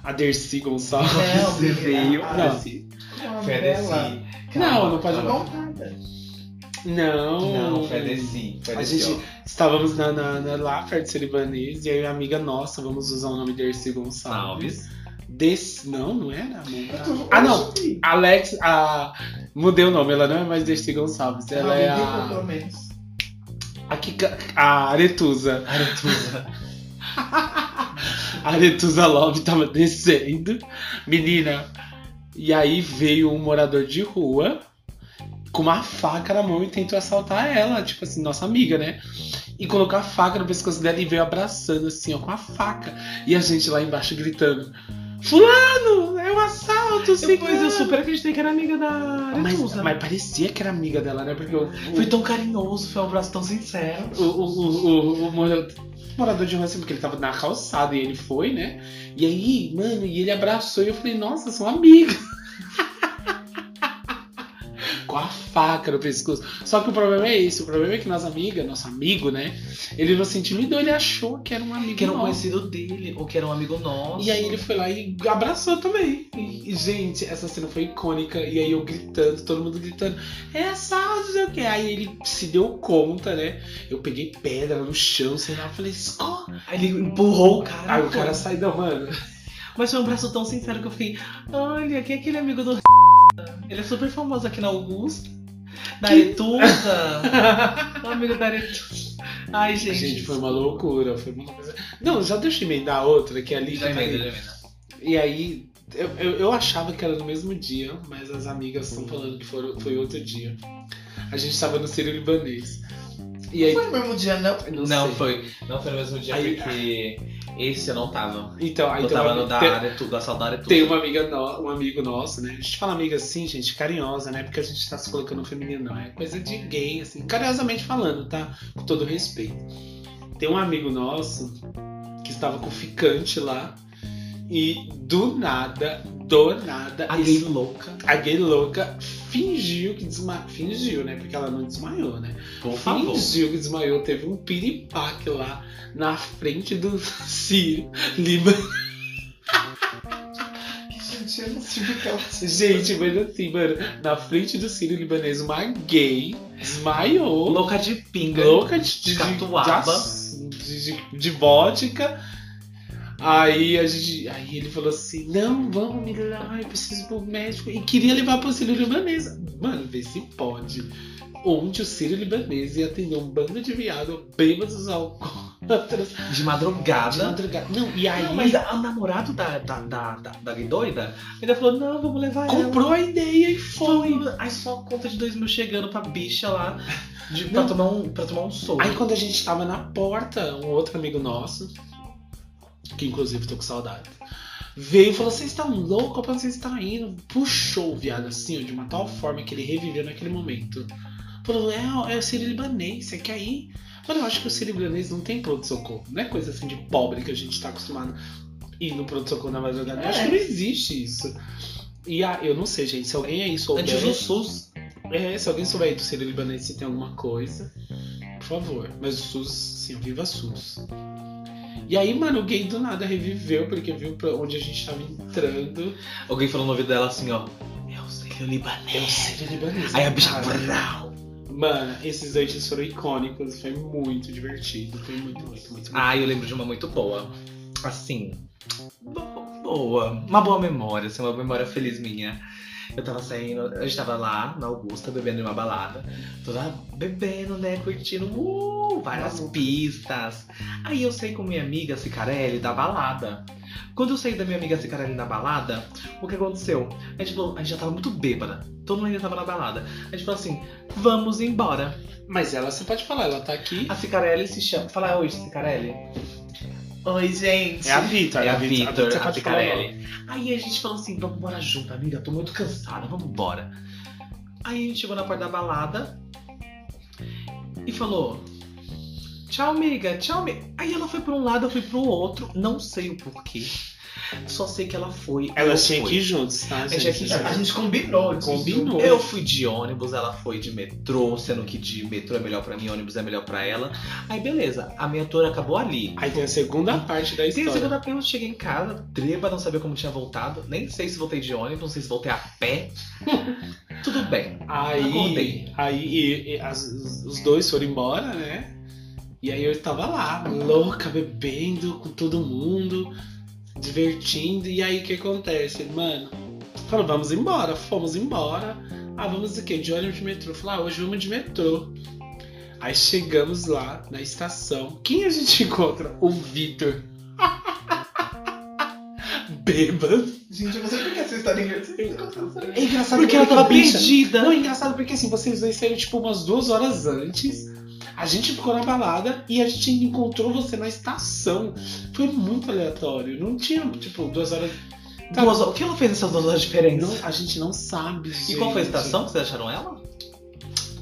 a Dercy Gonçalves.
Você veio.
Não.
Não,
Fé
Bela.
desse.
Não, não pode-
Não, nada.
Não,
Não, fé desse. Fé
A
desse,
gente-
ó.
estávamos na, na- na- lá perto do Sírio Libanês, e aí a amiga nossa, vamos usar o nome Dercy Gonçalves.
Salves.
Desse, não, não era, amor. Ah, não. Alex, a. Mudei o nome, ela não é mais Dercy Gonçalves, ela é a.
Pelo menos.
A, Kika, a Aretusa. A Aretusa Love tava descendo. Menina, e aí veio um morador de rua com uma faca na mão e tentou assaltar ela, tipo assim, nossa amiga, né? E colocou a faca no pescoço dela e veio abraçando, assim, ó, com a faca. E a gente lá embaixo gritando: Fulano, é um assalto,
Depois eu
ciclano."
super acreditei que era amiga da
Mas,
Aretusa.
mas parecia que era amiga dela, né? Porque o, o-
Foi tão carinhoso, foi um abraço tão sincero.
o, o, o, o mora- morador de rua, assim, porque ele tava na calçada e ele foi, né? E aí, mano, e ele abraçou e eu falei, nossa, são amigas. (laughs) Com a faca no pescoço. Só que o problema é esse, o problema é que nossa amiga, nosso amigo, né? Ele não se intimidou, ele achou que era um amigo
Que era um
nosso.
conhecido dele, ou que era um amigo nosso.
E aí ele foi lá e abraçou também. E,
Uhum.
e, gente, essa cena foi icônica. E aí eu gritando, todo mundo gritando, é assalto, não sei o que. Aí ele se deu conta, né? Eu peguei pedra no chão, sei lá, falei, escorre.
Aí ele empurrou o cara.
Aí o cara sai da mano.
Mas foi um abraço tão sincero que eu fiquei, olha, quem é aquele amigo do (laughs) Ele é super famoso aqui na Augusta. Da
Que-
Aretusa.
(laughs)
o amigo da Aretusa. Ai, gente. um
Gente, foi uma loucura, foi uma coisa. Não, já deixa eu emendar outra, que é ali.
Já
que tá
emenda, né?
ali.
já emenda.
E aí, eu, eu, eu achava que era no mesmo dia, mas as amigas
Uhum.
estão falando que foram, foi outro dia. A gente tava no Sírio Libanês. E aí.
Não foi no mesmo dia, não.
Não,
Não,
sei.
foi. Não foi no mesmo dia,
Aí-
porque esse eu não tava.
Então, aí
eu
tem uma-
tava no da
tem-
Aretusa, da Saudade Aretusa.
Tem uma amiga no- um amigo nosso, né? A gente fala amiga assim, gente, carinhosa, né? Porque a gente tá se colocando no feminino, não. É coisa de gay, assim, carinhosamente falando, tá? Com todo respeito. Tem um amigo nosso que estava com o ficante lá. E do nada, do nada,
A
esse-
gay louca.
a gay louca fingiu que desmaiou. Fingiu, né? Porque ela não desmaiou, né?
Por favor.
Fingiu que desmaiou. Teve um piripaque lá na frente do Ciro Lima. (laughs)
Gente, eu não sei o que ela
Gente, mas assim, mano, na frente do Ciro Libanês, uma gay desmaiou.
Louca de pinga.
Louca de, de, de,
Catuaba.
de- de- de- de vodka. Aí, a gente, aí ele falou assim: Não, vamos me levar, eu preciso ir pro médico. E queria levar pro Ciro Libanês. Mano, vê se pode. Onde o Ciro Libanês ia atender um bando de viado, bêbados alcoólatras. (laughs)
De
de
madrugada.
madrugada. Não, e aí.
Não, mas a- o namorado da, da, da, da, da gay doida ainda falou: não, vamos levar ela.
Comprou a ideia e foi.
Vamos- Aí só a conta de dois mil chegando pra bicha lá de, pra,
Não.
tomar um, pra tomar um soro.
Aí quando a gente tava na porta, um outro amigo nosso, que inclusive tô com saudade, veio e falou: Vocês estão loucos pra onde vocês estão indo? Puxou o viado assim, ó, de uma tal forma que ele reviveu naquele momento. Falou: É, ó, é o Ciro Libanês, você quer ir? Mano, eu acho que o Ciro Libanês não tem pronto-socorro. Não é coisa assim de pobre que a gente tá acostumado a ir no pronto-socorro na madrugada. Eu acho que não existe isso. E ah, eu não sei, gente, se alguém aí souber.
Antes do SUS.
É, se alguém souber aí do Ciro Libanês se tem alguma coisa, por favor. Mas o SUS, sim, viva SUS. E aí, mano, o gay do nada reviveu, porque viu pra onde a gente tava entrando.
Alguém falou no ouvido dela assim, ó. Eu sei que é o
É o
libanês.
Ciro Libanês. né,
Aí a bicha.
cara.
Brau.
Mano, esses dois foram icônicos, foi muito divertido. Foi muito, muito, muito. muito.
Ah, eu lembro de uma muito boa. Assim. bo- Boa. Uma boa memória, assim, uma memória feliz minha. Eu tava saindo, eu estava lá na Augusta bebendo em uma balada. Toda bebendo, né? Curtindo uh, várias pistas. Aí eu saí com minha amiga Cicarelli da balada. Quando eu saí da minha amiga Cicarelli da balada, o que aconteceu? A gente, falou, a gente já tava muito bêbada. Todo mundo ainda tava na balada. A gente falou assim: vamos embora.
Mas ela, você pode falar, ela tá aqui.
A Cicarelli se chama. Fala hoje, Cicarelli.
Oi, gente.
Vitor,
É a
Vitor,
Vitor,
você
a
pode falar.
Picarelli. Aí a gente falou assim, vamos embora junto, amiga, tô muito cansada, vamos embora. Aí a gente chegou na porta da balada e falou, tchau amiga, tchau amiga. Aí ela foi pra um lado, eu fui pro outro, não sei o porquê. Só sei que ela foi. eu
Elas tinham
fui.
que ir juntos, tá?
gente?
A gente combinou. disso.
Combinou.
Eu fui de ônibus, ela foi de metrô, sendo que de metrô é melhor pra mim, ônibus é melhor pra ela. Aí beleza, a minha tour acabou ali.
Aí tem a segunda parte da
E tem a
história.
segunda vez eu cheguei em casa, treba, não sabia como tinha voltado. Nem sei se voltei de ônibus, não sei se voltei a
(laughs)
pé. Tudo bem.
Aí,
Acordei.
aí e- e as- os os dois foram embora, né? E aí eu tava lá, louca, bebendo com todo mundo, divertindo. E aí o que acontece? Mano, falou, vamos embora, fomos embora. Ah, vamos o quê? De ônibus de metrô. Falei, ah, hoje vamos de metrô. Aí chegamos lá na estação. Quem a gente encontra? O Vitor. (laughs) Bêbado.
Gente, eu não sei por que essa história é
né?
engraçada.
É engraçado
Porque ela tava
bicha-
perdida.
não, é engraçado porque assim, vocês dois saíram tipo umas duas horas antes. A gente ficou na balada e a gente encontrou você na estação. Foi muito aleatório. Não tinha, tipo, duas horas. Tá.
Duas horas- O que ela fez nessas duas horas diferentes?
Não, a gente não sabe.
E qual foi a estação que vocês acharam ela?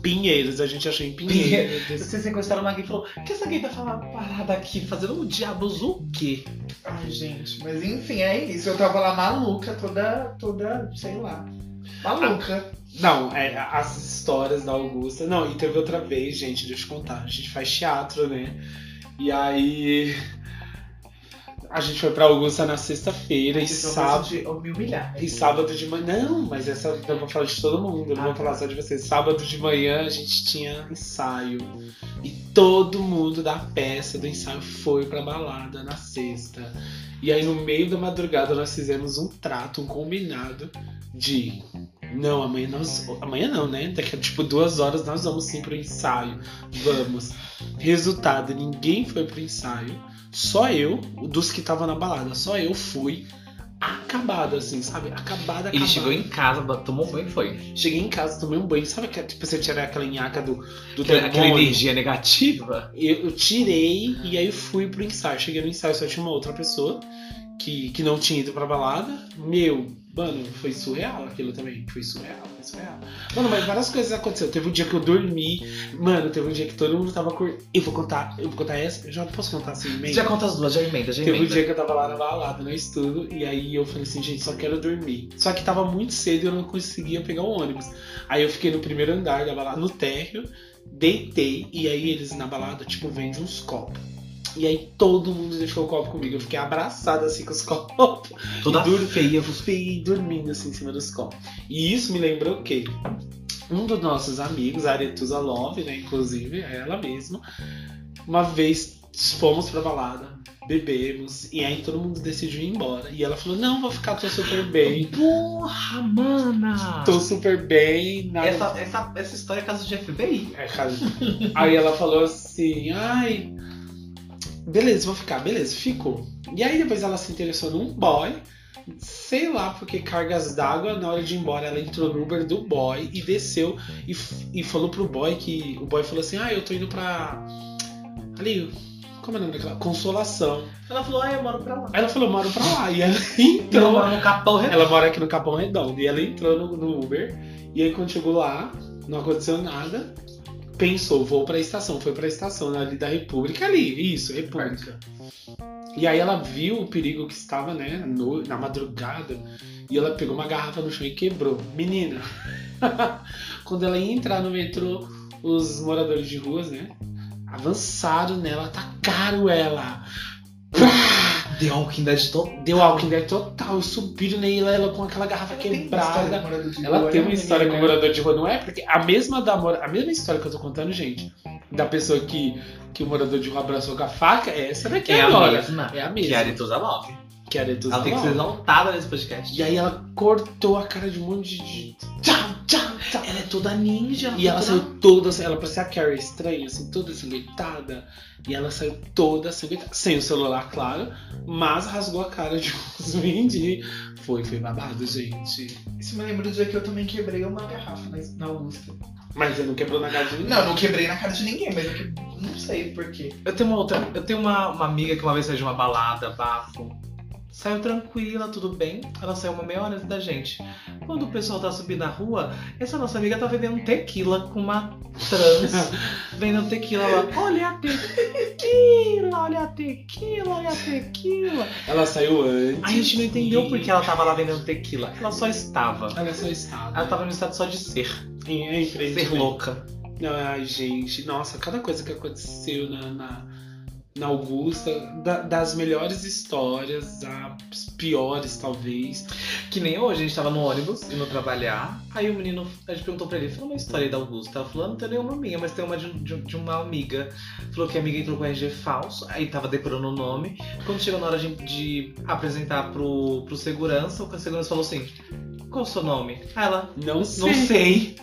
Pinheiros, a gente achou em (laughs) Pinheiros.
Vocês sequestraram uma gay e falou: que essa gay tá falando parada aqui, fazendo o diabos o quê?
Ai, gente, mas enfim, é isso. Eu tava lá maluca, toda, toda, sei lá. Maluca.
Não, é, as histórias da Augusta. Não, e teve outra vez, gente, deixa eu contar. A gente faz teatro, né? E aí. A gente foi pra Augusta na sexta-feira e
Esse é um
sábado.
jeito de me humilhar. né?
E sábado de manhã. Não, mas essa eu vou falar de todo mundo, eu não vou
Ah,
falar só de vocês. Sábado de manhã a gente tinha ensaio. E todo mundo da peça do ensaio foi pra balada na sexta. E aí no meio da madrugada nós fizemos um trato, um combinado de. Não, amanhã nós. Amanhã não, né? Daqui a tipo duas horas nós vamos sim pro ensaio. Vamos. Resultado, ninguém foi pro ensaio. Só eu, dos que tava na balada, só eu fui acabado, assim, sabe? Acabada, acabada.
Ele chegou em casa, tomou banho e foi.
Cheguei em casa, tomei um banho. Sabe que tipo, você tirar aquela nhaca do, do
Aquela, aquela
demônio?
energia negativa.
Eu, eu tirei e aí eu fui pro ensaio. Cheguei no ensaio, só tinha uma outra pessoa. que, que não tinha ido pra balada. Meu, mano, foi surreal aquilo também. Foi surreal, foi surreal. Mano, mas várias coisas aconteceram. Teve um dia que eu dormi. Mano, teve um dia que todo mundo tava cor... Eu vou contar, eu vou contar essa. Eu já posso contar assim, meio.
Já conta as duas, já emenda, já
Teve um
emenda.
dia que eu tava lá na balada, no estudo, e aí eu falei assim, gente, só quero dormir. Só que tava muito cedo e eu não conseguia pegar o ônibus. Aí eu fiquei no primeiro andar da balada, no térreo, deitei, e aí eles na balada, tipo, vendem uns copos. E aí todo mundo deixou o copo comigo. Eu fiquei abraçada assim com os copos.
Toda
e dur-
feia.
Eu fiquei dormindo assim em cima dos copos. E isso me lembrou o quê? Um dos nossos amigos, a Aretusa Love, né? Inclusive, ela mesma. Uma vez fomos pra balada, bebemos, e aí todo mundo decidiu ir embora. E ela falou: Não, vou ficar, tô super bem.
Porra, mana!
Tô super bem. Nada
Essa, essa, essa história é caso de FBI.
É, cara. Aí ela falou assim, ai. Beleza, vou ficar, beleza, ficou. E aí depois ela se interessou num boy, sei lá porque cargas d'água, na hora de ir embora ela entrou no Uber do boy e desceu e, f- e falou pro boy que. O boy falou assim, ah, eu tô indo pra. Ali, como é o nome daquela? Consolação.
Ela falou, ah, eu moro pra lá.
Aí ela falou, moro pra lá. E ela (laughs) entrou.
Toma no capão redondo.
Ela mora aqui no Capão Redondo. E ela entrou no, no Uber. E aí quando chegou lá, não aconteceu nada. Pensou, vou pra estação. Foi pra estação ali da República ali. Isso, República. E aí ela viu o perigo que estava, né, no- na madrugada. E ela pegou uma garrafa no chão e quebrou. Menina! (laughs) quando ela ia entrar no metrô, os moradores de ruas, né? Avançaram nela, atacaram ela. Pá!
é The Walking Dead total.
Deu Walking Dead total, subiram nela, ela com aquela garrafa quebrada. Ela
é
tem uma
um
né?
história
né?
com morador de rua, não é? Porque a mesma da mora... a mesma história que eu tô contando, gente, da pessoa que, que o morador de rua abraçou com a faca, é essa daqui
é a
agora.
mesma.
É a
Que é a
mesma.
Arituza Love.
Que era dos
Ela tem que ser
nove.
exaltada nesse podcast.
E aí ela cortou a cara de um monte de. Tchau, tchau, tchau.
Ela é toda ninja.
E ela
toda-
saiu toda, assim, ela parecia a Carrie estranha, assim, toda ensanguentada. E ela saiu toda ensanguentada, sem o celular, claro, mas rasgou a cara de (laughs) uns mendigos. Foi, foi babado, gente.
Isso me lembra do dia que eu também quebrei uma garrafa na, na USP.
Mas eu não quebrou na cara de ninguém.
Não, eu não quebrei na cara de ninguém, mas eu que... não sei por quê.
Eu tenho uma outra. Eu tenho uma, uma amiga que uma vez saiu de uma balada, bafo. Saiu tranquila, tudo bem. Ela saiu uma meia hora antes da gente. Quando o pessoal tá subindo na rua, essa nossa amiga tá vendendo tequila com uma trans. vendendo tequila lá. Olha a tequila, olha a tequila, olha a tequila.
Ela saiu antes.
A gente não entendeu por que ela tava lá vendendo tequila. Ela só estava.
Ela só né? estava.
Ela tava no estado só de ser.
em, em frente.
Ser
né?
louca.
Ai, gente, nossa, cada coisa que aconteceu na, na, na Augusta, da- das melhores histórias, as piores, talvez.
Que nem hoje, a gente tava no ônibus indo trabalhar. Aí o menino, a gente perguntou pra ele, falou uma história aí da Augusta. Ela falou, "Ah, não tem nenhuma minha, mas tem uma de, de- de uma amiga. Falou que a amiga entrou com RG falso, aí tava decorando o nome. Quando chegou na hora de, de apresentar pro, pro segurança, o segurança falou assim, qual o seu nome? Aí ela,
Não sei.
não sei.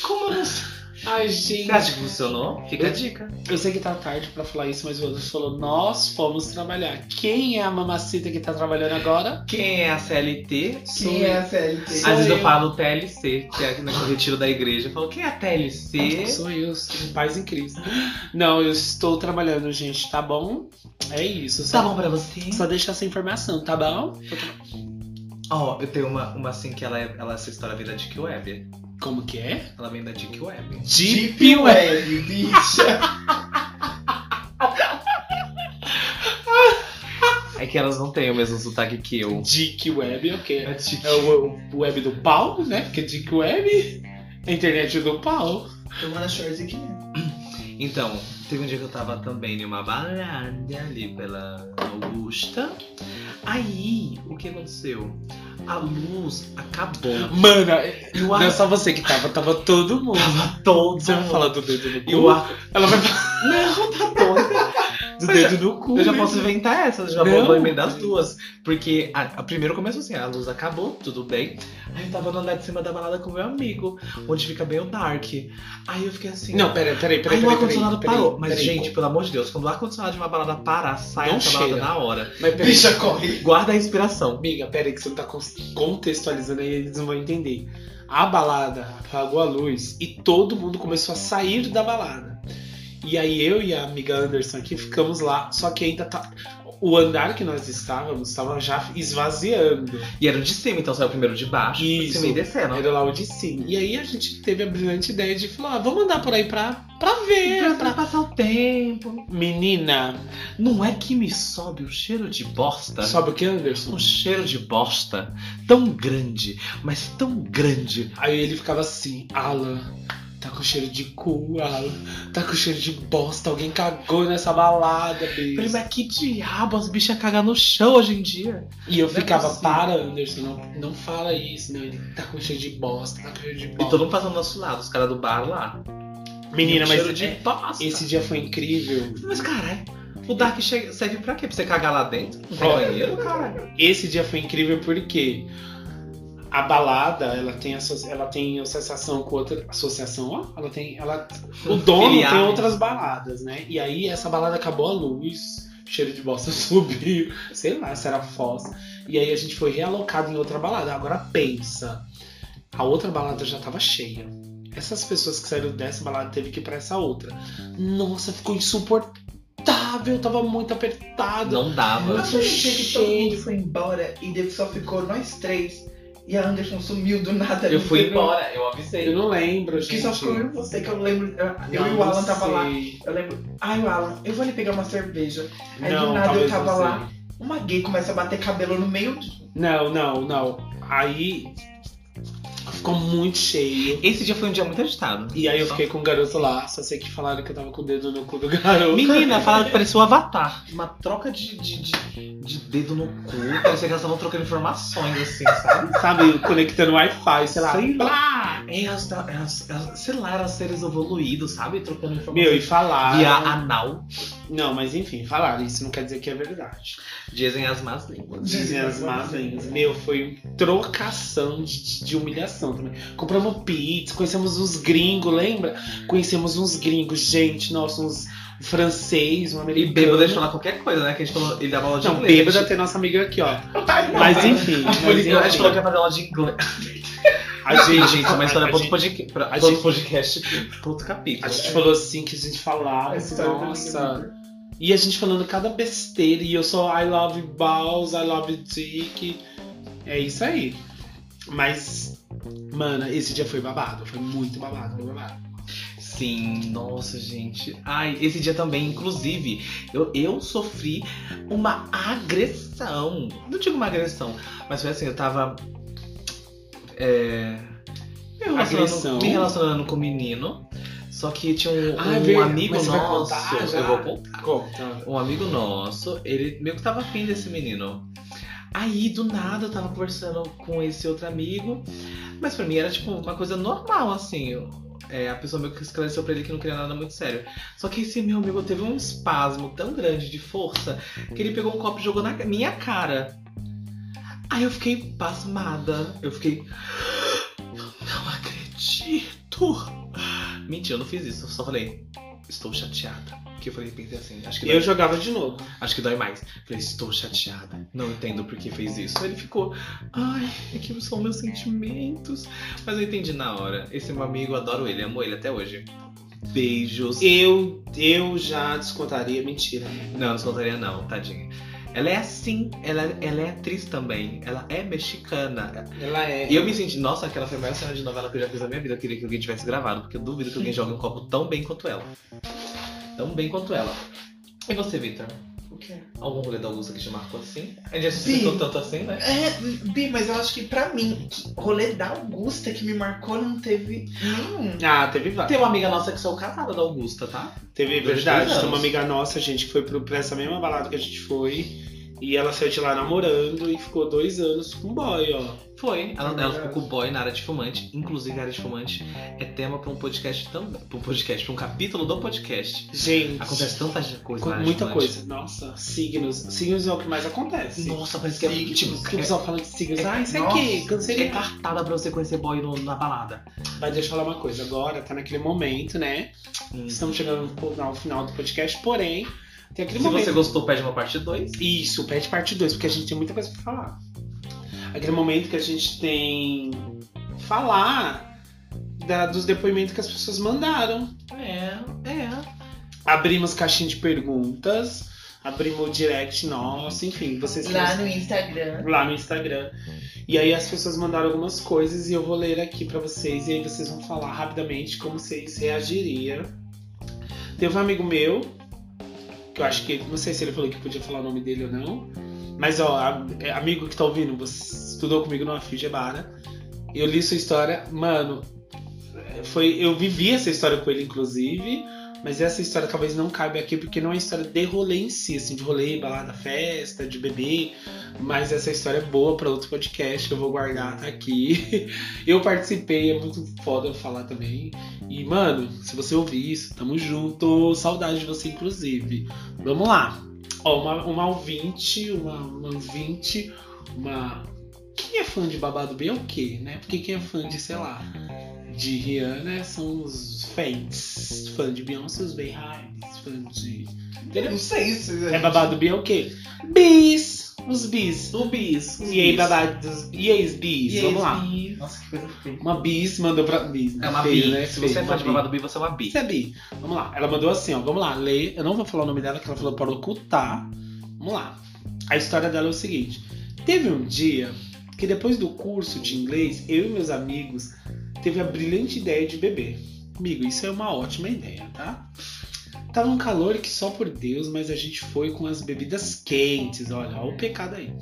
Como eu não sei?
Ai, gente.
Você acha que funcionou? Fica a dica.
Eu sei que tá tarde pra falar isso, mas o Anderson falou: Nós fomos trabalhar. Quem é a mamacita que tá trabalhando agora?
Quem é a CLT?
Sou
Quem
eu.
é a CLT?
Sou
Às vezes eu
eu.
falo TLC, que é aqui no retiro da igreja. Eu falo, quem é a TLC?
Sou eu, sou um paz em crise. Não, eu estou trabalhando, gente, tá bom? É isso. Só,
Tá bom pra você?
Só deixa essa informação, tá bom?
Ó, eu tenho uma, uma assim que ela, é- ela essa história vem da Dick Web.
Como que é?
Ela vem da Dick Web.
Deep Web.
Web, bicha.
(laughs) É que elas não têm o mesmo sotaque que eu.
Dick Web é o quê?
É Dick.
É o, o web do pau, né? Porque Dick Web é a internet do pau.
Tomando shorts aqui.
Então, teve um dia que eu tava também numa balada ali pela Augusta. Aí, o que aconteceu? A luz acabou.
Mano,
E o
não é
ar
só você que tava, tava todo mundo.
tava todo.
Você vai falar do dedo no cu?
E o ar.
Ela vai falar (laughs)
Não, tá todo.
do dedo no cu.
Eu já
né?
posso inventar essa, eu já
Não.
vou vou emendar as duas. Porque a, a primeiro começou assim, a luz acabou, tudo bem. Aí eu tava no andar de cima da balada com meu amigo, onde fica bem o dark. Aí eu fiquei assim.
Não, é peraí, peraí, peraí.
aí o
peraí,
ar-condicionado
peraí,
parou.
peraí,
Mas,
peraí.
gente, pelo amor de Deus, quando o ar-condicionado de uma balada parar, sai
Não
essa
cheira.
balada na hora.
Mas peraí,
Bicha, corre.
Guarda a inspiração.
amiga, peraí, que você não tá con- contextualizando aí, eles não vão entender. A balada apagou a luz e todo mundo começou a sair da balada. E aí eu e a amiga Anderson aqui ficamos lá, só que ainda tá. o andar que nós estávamos estava já esvaziando.
E era o de cima, então saiu primeiro de baixo.
Isso.
De cima e descendo.
Era lá o de cima. E aí a gente teve a brilhante ideia de falar, ah, vamos andar por aí pra, pra ver.
Pra, pra passar o tempo.
Menina,
Não é que me sobe o cheiro de bosta?
sobe o que, Anderson?
Um cheiro de bosta tão grande, mas tão grande.
Aí ele ficava assim, Alan, tá com cheiro de cu, Alan, tá com cheiro de bosta, alguém cagou nessa balada,
Eu falei,
bicho.
mas que diabo as bichas cagam no chão hoje em dia?
E eu
Não é
ficava,
possível.
para, Anderson, não, não fala isso, não, ele tá com cheiro de bosta, tá com cheiro de
E
bosta.
todo mundo passando do nosso lado, os caras do bar lá.
Menina,
Um
mas
Cheiro de bosta.
esse dia foi incrível.
Mas caralho, o Dark che- serve pra quê? Pra você cagar lá dentro? No
Ó.
banheiro, caralho?
Esse dia foi incrível porque a balada, ela tem asso- ela tem associação com outra associação, ó, ela tem ela o dono tem
Filiais.
outras baladas, né? E aí essa balada acabou a luz, cheiro de bosta (laughs) subiu, sei lá, se era Foz. E aí a gente foi realocado em outra balada. Agora pensa. A outra balada já tava cheia. Essas pessoas que saíram dessa balada teve que ir pra essa outra. Nossa, ficou insuportável, tava muito apertado.
Não dava.
Mas foi que todo mundo foi embora e daí só ficou nós três. E a Anderson sumiu do nada.
Eu fui
Não foi
embora, eu avisei.
Eu não lembro, gente.
Que só ficou eu e você, que eu lembro. Eu, eu e o Alan tava lá. Eu lembro. Ai, o Alan, eu vou ali pegar uma cerveja. Aí do nada eu tava lá. Uma gay começa a bater cabelo no meio. de-
Não, não, não. Aí ficou muito cheio.
Esse dia foi um dia muito agitado.
E aí eu
Só-
fiquei com o garoto lá, só sei que falaram que eu tava com o dedo no cu do garoto.
Então, Menina, falaram que parecia um avatar. Uma troca de, de, de, de dedo no cu. Parecia que elas estavam trocando informações, assim,
(laughs)
sabe?
Sabe, conectando Wi-Fi, sei lá.
Sei lá. Elas, elas, elas- sei lá, eram seres evoluídos, sabe? Trocando
Meu,
informações.
e falaram.
Via anal.
Não, mas enfim, falaram. Isso não quer dizer que é verdade.
Dizem as más línguas.
Dizem as más línguas. Meu, foi trocação de, de humilhação também. Compramos pizza, conhecemos uns gringos, lembra? Conhecemos uns gringos, gente, nossa, uns francês, um
E
americano.
bêbado de falar qualquer coisa, né? Que a gente falou, ele dava aula de
Não,
inglês.
bêbada
a gente-
tem nossa amiga aqui, ó.
Ai, não, tá.
Mas
cara.
enfim,
A
mas
gente a gente
enfim.
falou que ia fazer aula de inglês.
né? A
Gente, (laughs)
gente,
gente, é uma história
a,
pra outro podcast, pra
a
outro
gente-
podcast,
(laughs)
pra outro capítulo.
a gente falou assim que a gente falava,
A história é da minha
nossa.
vida.
E a gente falando cada besteira, e eu sou I love balls, I love dick. É isso aí. Mas, mano, esse dia foi babado, foi muito babado, foi babado.
Sim, nossa, gente. Ai, esse dia também, inclusive, eu, eu sofri uma agressão. Não digo uma agressão, mas foi assim, eu tava. É, me,
Agressão?
relacionando, me relacionando com um menino. Só que tinha um,
Ah,
um
é verdade.
amigo
Mas você vai
nosso.
contar já?
eu vou contar.
Conta.
um amigo nosso, ele meio que tava afim desse menino. Aí, do nada, eu tava conversando com esse outro amigo, mas pra mim era tipo uma coisa normal, assim. eu- é, a pessoa meio que esclareceu pra ele que não queria nada muito sério. Só que esse meu amigo teve um espasmo tão grande de força que ele pegou um copo e jogou na minha cara. Aí eu fiquei pasmada. Eu fiquei. Não acredito! Mentira, eu não fiz isso. Eu só falei, estou chateada. Porque eu falei, pensei assim, acho que
Eu jogava de novo.
Acho que dói mais. Falei, estou chateada. Não entendo por que fez isso. Ele ficou, ai, é que são meus sentimentos. Mas eu entendi na hora. Esse meu amigo, eu adoro ele, amo ele até hoje. Beijos.
Eu, eu já descontaria, mentira.
Não, não soltaria não, tadinha. Ela é assim, ela, ela é atriz também. Ela é mexicana.
Ela é.
E eu me senti, nossa, aquela foi a maior cena de novela que eu já fiz na minha vida. Eu queria que alguém tivesse gravado, porque eu duvido que alguém jogue um copo tão bem quanto ela. Tão bem quanto ela. E você, Victor?
O quê?
Algum rolê da Augusta que te marcou assim? A gente já se citou
Sim.
tanto assim, né?
É, Bi, mas eu acho que pra mim, que rolê da Augusta que me marcou não teve Hum. nenhum.
Ah, teve várias.
Tem uma amiga nossa que saiu casada da Augusta, tá?
Teve,
Dois
verdade.
anos.
Tem uma amiga nossa, gente, que foi pro, pra essa mesma balada que a gente foi. E ela saiu de lá namorando e ficou dois anos com boy, ó.
Foi. Ela,
É
ela
verdade.
ficou com o boy na área de fumante. Inclusive, a área de fumante é tema pra um podcast também. Pra um podcast, pra um capítulo do podcast.
Gente.
Acontece tanta coisa
com
na área de
muita
fumante.
coisa. Nossa, signos. Signos é o que mais acontece.
Nossa, parece que é
Signos.
tipo.
Que o pessoal fala de signos.
é-
ah, isso
nossa,
aqui,
É, é
canceria.
cartada pra você conhecer boy no- na balada.
Mas deixa eu falar uma coisa. Agora tá naquele momento, né?
Hum. Se
Estamos chegando um pouco ao final do podcast, porém, tem aquele momento.
você gostou, pede uma parte 2.
Isso, pede parte 2, porque a gente tem muita coisa pra falar. Aquele momento que a gente tem falar da- dos depoimentos que as pessoas mandaram.
É, é.
Abrimos caixinha de perguntas. abrimos o direct nosso, enfim, vocês
Lá no Instagram.
lá no Instagram. E aí as pessoas mandaram algumas coisas e eu vou ler aqui pra vocês e aí vocês vão falar rapidamente como vocês reagiriam. Teve um amigo meu, que eu acho que não sei se ele falou que podia falar o nome dele ou não, mas ó, a- é, amigo que tá ouvindo, você estudou comigo no Afigebara. Eu li sua história, mano, é, foi eu vivi essa história com ele inclusive. Mas essa história talvez não cabe aqui, porque não é uma história de rolê em si, assim, de rolê, balada, festa, de bebê, mas essa história é boa para outro podcast que eu vou guardar aqui. (laughs) Eu participei, é muito foda eu falar também. E, mano, se você ouvir isso, tamo junto. Saudade de você, inclusive. Vamos lá. Ó, uma, uma ouvinte, uma, uma ouvinte, uma. Quem é fã de babado B é o quê, né? Porque quem é fã de, sei lá, de Rihanna são os fãs. Fã de Beyoncé, os Bayhives, fã de.
Eu não sei se.
É babado B é o quê? Bis! Os bis.
O bis.
E aí, babados. E aí, bis?
E aí,
Vamos lá.
Bi?
Nossa, que coisa feia.
Uma bis mandou pra. Bis, né?
É uma
Feio,
bi.
né?
Se você
Feio,
é
uma
fã de babado bi, você é uma bi.
Isso é bi. Vamos lá. Ela mandou assim, ó. Vamos lá, lê. Eu não vou falar o nome dela, que ela falou para ocultar. Vamos lá. A história dela é o seguinte. Teve um dia que depois do curso de inglês, eu e meus amigos teve a brilhante ideia de beber. Amigo, isso é uma ótima ideia, tá? Tava um calor que só por Deus, mas a gente foi com as bebidas quentes. Olha, olha o pecado aí.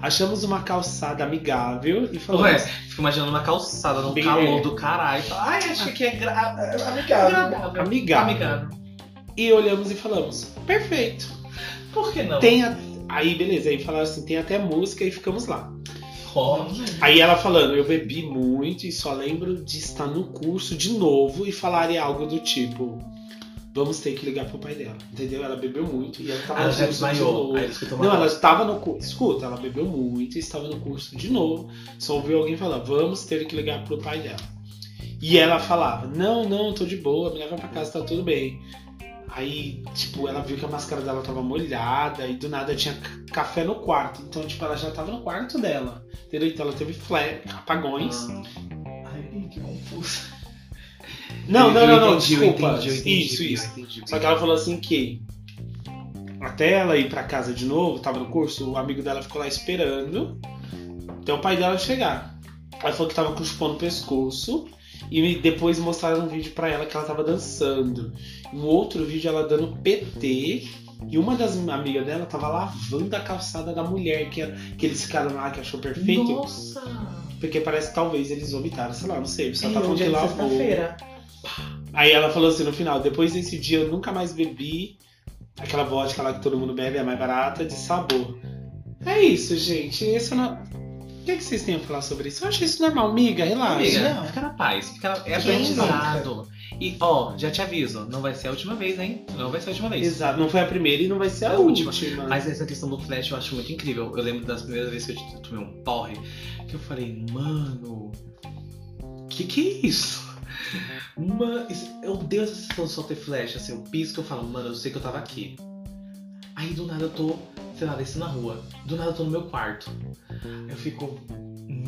Achamos uma calçada amigável e falamos...
Ué, fico imaginando uma calçada num
Bem-
calor do caralho. Fala,
Ai, acho que é gra...
Ah.
amigável.
Agradável.
Amigável.
Amigável.
E olhamos e falamos, perfeito.
Por que não?
Tem a- Aí, beleza, aí falaram assim: tem até música e ficamos lá.
rock.
Aí ela falando: eu bebi muito e só lembro de estar no curso de novo e falarem algo do tipo: vamos ter que ligar pro pai dela, entendeu? Ela bebeu muito e ela tava
Ela
no
já
curso de novo.
desmaiou. Aí ele escutou uma
Não, ela estava no curso. Escuta, ela bebeu muito e estava no curso de novo. Só ouviu alguém falar: vamos ter que ligar pro pai dela. E ela falava: não, não, tô de boa, me leva pra casa, tá tudo bem. Aí, tipo, ela viu que a máscara dela tava molhada e do nada tinha c- café no quarto. Então, tipo, ela já tava no quarto dela. Entendeu? Então ela teve fle- apagões.
Ah.
Ai, que confuso.
Não, não,
Eu
não, não,
entendi, eu
desculpa.
entendi, eu entendi,
isso,
eu
isso.
entendi.
Só que ela falou assim que até ela ir pra casa de novo, tava no curso, o amigo dela ficou lá esperando até o pai dela chegar. Ela falou que tava com o chupão no pescoço e me- depois mostraram um vídeo pra ela que ela tava dançando. Um outro vídeo ela dando PT e uma das amigas dela tava lavando a calçada da mulher que, é, que eles ficaram lá que achou perfeito.
Nossa!
Porque parece que talvez eles vomitaram, sei lá, não sei. Só
Ih,
tá falando
hoje
que
é de
lavou.
sexta-feira.
Aí ela falou assim no final: depois desse dia eu nunca mais bebi aquela vodka lá que todo mundo bebe, é mais barata, de sabor. É isso, gente. Esse é o no- O que, é que vocês têm a falar sobre isso? Eu achei isso normal, amiga, relaxa.
Amiga,
não.
fica na paz. Fica na... É
Quem nunca?
aprendizado. E, ó, já te aviso, não vai ser a última vez, hein? Não vai ser a última vez.
Exato, não foi a primeira e não vai ser a
É a
última.
última. Mas essa questão do flash eu acho muito incrível. Eu lembro das primeiras vezes que eu tomei um porre, que eu falei, mano, que que é isso? Mano, eu odeio essa sensação de só ter flash, assim, eu pisco e eu falo, mano, eu sei que eu tava aqui. Aí do nada eu tô, sei lá, descendo na rua, do nada eu tô no meu quarto. Aí eu fico,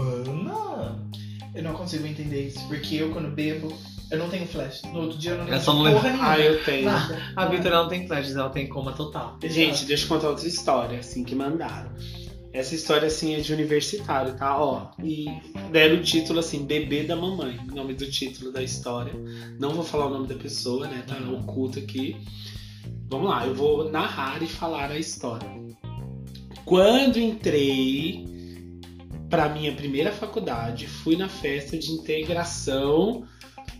mana,
Eu não consigo entender isso, porque eu quando bebo, eu não tenho flash. No outro dia eu não
É
lembro
só
de
não lembrar.
porra nenhuma.
Ah, eu tenho.
Nada.
a Vitória não tem flash, ela tem coma total.
Gente, deixa eu contar outra história, assim, que mandaram. Essa história, assim, é de universitário, tá? Ó, e deram o título, assim, Bebê da Mamãe, o nome do título da história. Não vou falar o nome da pessoa, né? Tá oculto aqui. Vamos lá, eu vou narrar e falar a história. Quando entrei pra minha primeira faculdade, fui na festa de integração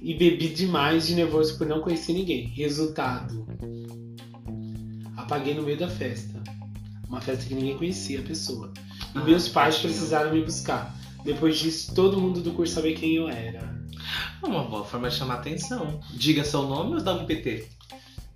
e bebi demais de nervoso por não conhecer ninguém. Resultado, apaguei no meio da festa. Uma festa que ninguém conhecia a pessoa. E
Ah,
meus pais
tadinho.
precisaram me buscar. Depois disso, todo mundo do curso sabia quem eu era.
É uma boa forma de chamar atenção. Diga seu nome ou dá um PT?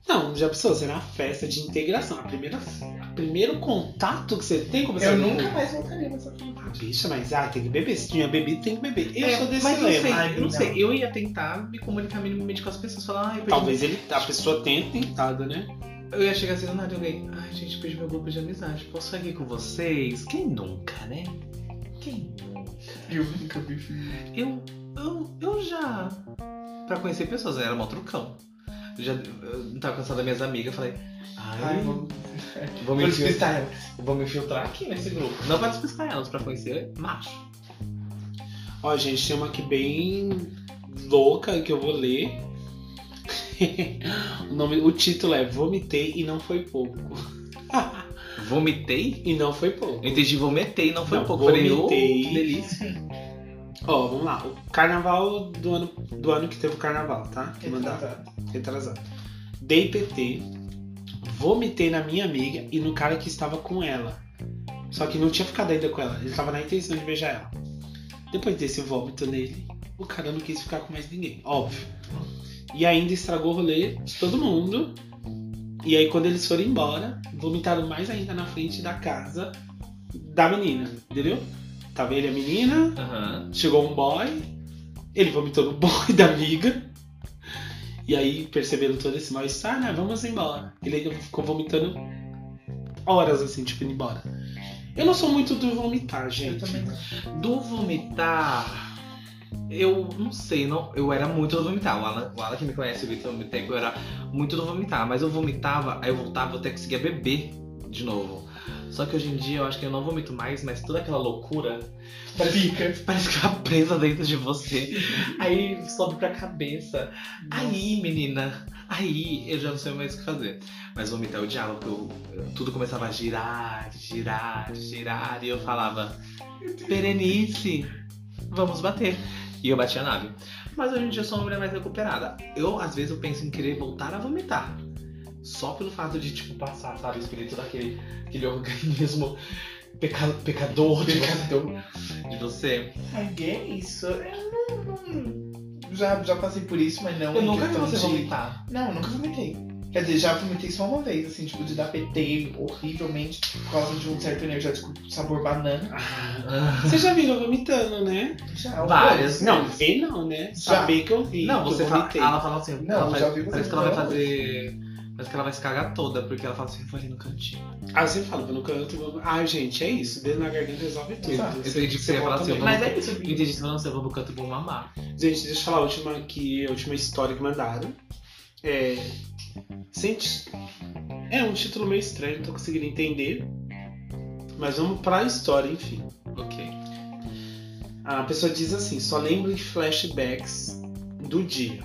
Não, já pensou, será a festa de integração. A primeira, a primeiro contato que você tem com
é
você.
Eu nunca mais voltaria nessa vida.
Ah, bicha, mas ah, tem que beber. Se tinha bebido, tem que beber. Eu
É,
sou desse
mas eu não sei,
lema.
Ai,
eu não
não.
sei. Eu ia tentar me comunicar minimamente com as pessoas, falar, ai, eu perdi.
Talvez ele, a pessoa tenha tentado, né?
Eu ia chegar assim do nada e alguém, ai, gente, perdi meu grupo de amizade, posso sair aqui com vocês? Quem nunca, né? Quem nunca?
Eu nunca vi filme.
Eu, eu, eu já. Pra conhecer pessoas, eu era mó trucão. já eu não tava cansado das minhas amigas, eu falei, ai,
Ai, vou,
vou, me
vou
infil-
despistar ela.
vou me infiltrar aqui nesse grupo. Não pra despistar elas, pra conhecer macho.
Ó, gente, tem uma aqui bem louca que eu vou ler. (laughs) o, nome, o título é Vomitei e não foi pouco.
Vomitei?
E não foi pouco.
Eu entendi, vomitei, não foi um
Não,
pouco. Eu Falei, ô,
vomitei.
que delícia.
Ó, vamos lá. O carnaval do ano, do ano que teve o carnaval, tá? Vou mandar. retrasado. Dei PT, vomitei na minha amiga e no cara que estava com ela. Só que não tinha ficado ainda com ela, ele estava na intenção de beijar ela. Depois desse vômito nele, o cara não quis ficar com mais ninguém, óbvio. E ainda estragou o rolê de todo mundo. E aí quando eles foram embora, vomitaram mais ainda na frente da casa da menina, entendeu? Tava ele e a menina,
Aham.
Chegou um boy, ele vomitou no boy (laughs) da amiga. E aí perceberam todo esse mal-estar, né? Vamos embora. Ele ainda ficou vomitando horas assim, tipo, indo embora. Eu não sou muito do vomitar,
Eu
gente.
também não.
Do vomitar. Eu não sei, não, eu era muito do vomitar. O Alan, o Alan que me conhece, o Vitor me tem, eu era muito do vomitar, mas eu vomitava, aí eu voltava até conseguia beber de novo. Só que hoje em dia eu acho que eu não vomito mais, mas toda aquela loucura (laughs)
Da pica.
parece que tá presa dentro de você. Aí sobe pra cabeça. Aí, menina, aí eu já não sei mais o que fazer. Mas vomitar eu odiava, porque eu- tudo começava a girar, girar, girar. E eu falava, Berenice, vamos bater. E eu batia a nave. Mas hoje em dia eu sou uma mulher mais recuperada. Eu, às vezes, eu penso em querer voltar a vomitar. Só pelo fato de, tipo, passar, sabe, o espírito daquele aquele (laughs) organismo peca- pecador, de
Pecador.
de você.
Ai, que é isso. Eu não. não- Já, já passei por isso, mas não.
Eu
em
nunca vi
questão
você
de-
vomitar.
Não, eu nunca vomitei. Quer dizer, já vomitei só uma vez, assim, tipo, de dar PT horrivelmente por causa de um certo energético sabor banana.
Ah.
Vocês já viram eu vomitando, né?
Já,
Várias.
Não, ver não, né? Saber que eu vi.
Não,
que
você
eu
fala,
vomitei.
ela fala assim,
Não,
ela
já
faz-
vi você
parece que ela vai
vomitar.
fazer. Parece que ela vai se cagar toda, porque ela fala assim, eu vou ali no cantinho.
Aí você fala, vou no canto. vou- Ah, gente, é isso. Dedo na garganta resolve tudo.
Exato.
Eu entendi que você ia
volta
falar assim, eu vou
mesmo.
Mas é isso,
Eu Entendi, você falando assim, eu vou pro canto e vou mamar.
Gente, deixa eu falar a última aqui, a última história que mandaram. É. Sente. É um título meio estranho, não tô conseguindo entender. Mas vamos pra história, enfim.
Ok.
A pessoa diz assim: só lembro de flashbacks do dia.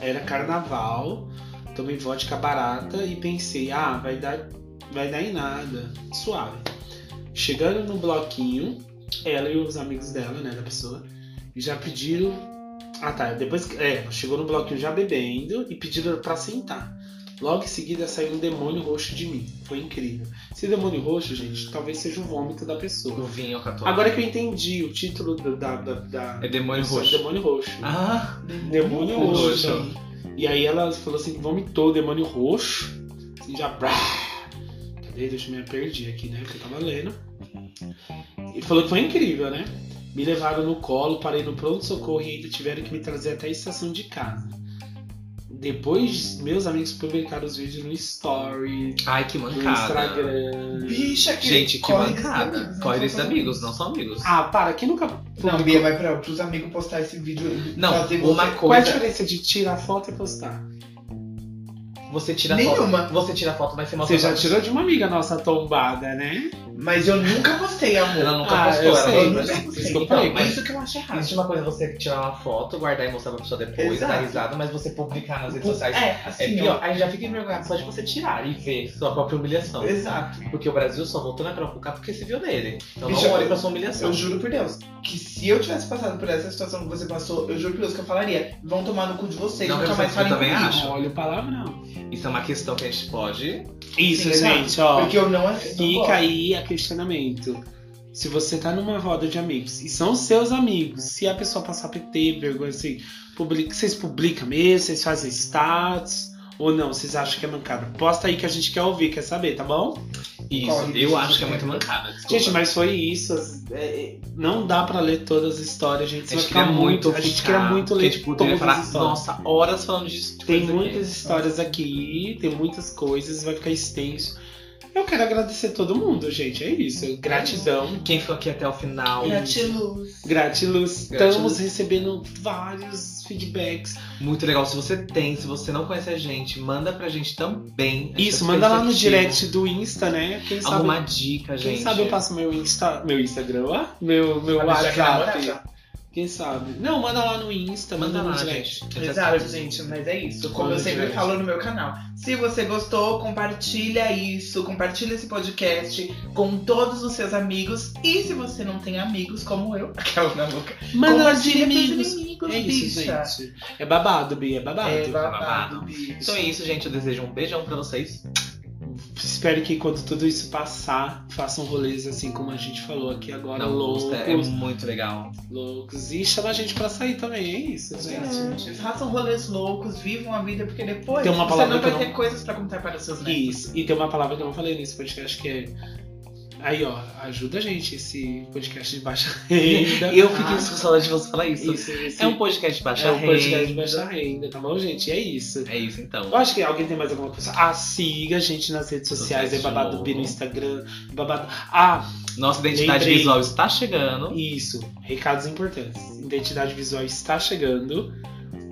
Era carnaval, tomei vodka barata e pensei: ah, vai dar, vai dar em nada, suave. Chegando no bloquinho, ela e os amigos dela, né, da pessoa, já pediram. Ah tá, depois que. É, chegou no bloquinho já bebendo e pediram pra sentar. Logo em seguida saiu um demônio roxo de mim. Foi incrível. Esse demônio roxo, gente, talvez seja o vômito da pessoa.
O vinho é o catuaba.
Agora que eu entendi o título do- da. da, da-
É demônio
só
roxo.
Demônio Roxo.
Ah,
Demônio
roxo.
roxo. E aí ela falou assim: vomitou o demônio roxo. Assim, já. brá. Cadê? Deixa eu me perdi aqui, né? Porque eu tava lendo. E falou que foi incrível, né? Me levaram no colo, parei no pronto-socorro e ainda tiveram que me trazer até a estação de casa. Depois, meus amigos publicaram os vídeos no Story,
ai que
no
mancada.
Instagram.
Bicha, que
Gente, que
corre desses
mancada.
amigos, não
Corre
são
desses
todos
amigos, não são amigos.
Ah, para, quem nunca
Não, Bia, vai pra pros amigos postar esse vídeo.
Não,
fazer
uma
você-
Qual é a
coisa.
diferença de tirar foto e postar?
Você tira
Nenhuma.
foto. Você tira foto, mas você mostra.
Você já
pra-
tirou de uma amiga nossa tombada, né?
Mas eu nunca postei, amor.
Ela nunca
Ah,
postou,
eu
ela
sei,
não- tá né?
mas-
Então,
desculpa aí,
por
mas-
isso que eu acho errado.
Existe uma coisa você tirar uma foto, guardar e mostrar pra pessoa depois,
Ah, Exato.
dar risada, mas você publicar nas redes sociais.
É,
É
assim, ó.
pior, aí já fica envergonhado só de você tirar e ver sua própria humilhação.
Exato.
Porque o Brasil só voltou na Copa porque se viu nele. Então
Bicho,
não olhe pra sua humilhação.
Eu juro por Deus que se eu tivesse passado por essa situação que você passou, eu juro por Deus que eu falaria. Vão tomar no cu de vocês,
Não,
nunca
eu
mais falem
também
comigo.
acho.
Não olha o palavrão.
Isso é uma questão que a gente pode.
Isso,
Sim,
gente, ó.
Porque eu não
Fica aí a questionamento. Se você tá numa roda de amigos e são seus amigos, se a pessoa passar PT, vergonha assim, publica, vocês publicam mesmo, vocês fazem status ou não, vocês acham que é mancada? Posta aí que a gente quer ouvir, quer saber, tá bom?
Isso,
Corre,
eu
gente,
acho que é
né?
muito mancada. desculpa.
Gente, mas foi isso. as- é, é, não dá pra ler todas as histórias, gente.
a
Você vai
gente queria
ficar
muito.
A gente
ficar-
queria muito ler
A gente
todas
poderia
as
falar,
histórias.
nossa, tipo, horas falando disso.
Tem muitas histórias aqui, tem muitas coisas, vai ficar extenso. Eu quero agradecer todo mundo, gente. É isso.
Uhum.
Gratidão.
Quem ficou aqui até o final.
É. Gratiluz.
Gratiluz.
Gratiluz.
Estamos recebendo vários feedbacks.
Muito legal. Se você tem, se você não conhece a gente, manda pra gente também. essa
Isso, manda lá no
perspectiva.
direct do Insta, né? Quem sabe,
Alguma dica, gente.
quem sabe eu passo meu Insta, meu Instagram, ó, meu, meu
Mas já quer namorar,
WhatsApp.
já.
Quem sabe? Não, manda lá no Insta, manda, no
Manda lá,
direct.
gente.
Exato, gente, mas é isso. Como eu sempre falo no meu canal. Se você gostou, compartilha isso, compartilha esse podcast com todos os seus amigos. E se você não tem amigos, como eu, (laughs) aquela na boca.
Manda lá de
compartilha pros
amigos.
inimigos,
É isso,
bicha.
gente. É babado, Bi, é babado.
É babado,
babado.
bicho.
Então é isso, gente. Eu desejo um beijão pra vocês.
Espero que quando tudo isso passar, façam rolês assim como a gente falou aqui agora,
Não,
loucos,
é muito legal.
loucos. E chama a gente pra sair também, é isso, gente.
Gente, façam rolês loucos, vivam a vida, porque depois
Tem uma
você
palavra
não vai
que eu não-
ter coisas pra contar para os seus netos.
Isso. E tem uma palavra que eu não falei nesse podcast que é. Aí, ó, ajuda a gente esse podcast de baixa (laughs) renda.
Eu fiquei com saudade de você falar isso.
Isso, esse-
É um podcast de baixa
é um podcast de
renda.
baixa renda, tá bom, gente? É isso.
É isso, então.
Eu acho que alguém tem mais alguma coisa. Ah, siga a gente nas redes sociais, é
Sociais de
babado
novo.
B no Instagram, babado. Ah,
Nossa identidade
Lembrei.
visual está chegando.
Isso, recados importantes. Identidade visual está chegando.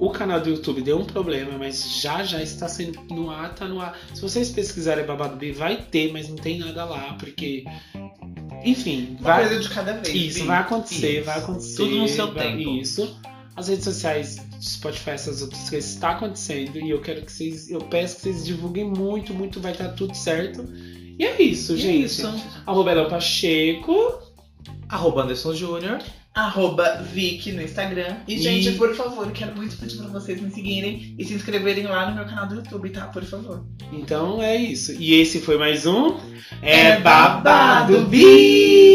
O canal do YouTube deu um problema, mas já já está sendo no ar, tá no ar. Se vocês pesquisarem Babado B, vai ter, mas não tem nada lá, porque. Enfim,
Uma
vai.
coisa de cada vez.
Isso,
Bi.
vai acontecer,
é Isso.
vai acontecer.
Tudo no seu
vai-
tempo.
Isso. As redes sociais, Spotify, essas outras coisas, está acontecendo. E eu quero que vocês. Eu peço que vocês divulguem muito, muito, vai estar tudo certo. E é isso,
E é
gente.
isso.
Arroba Elon Pacheco.
Arroba Anderson Júnior.
Arroba Vic no Instagram. E,
E-
gente, por favor, eu quero muito pedir pra vocês me seguirem e se inscreverem lá no meu canal do YouTube, tá? Por favor.
Então é isso. E esse foi mais um.
É Babado Bi!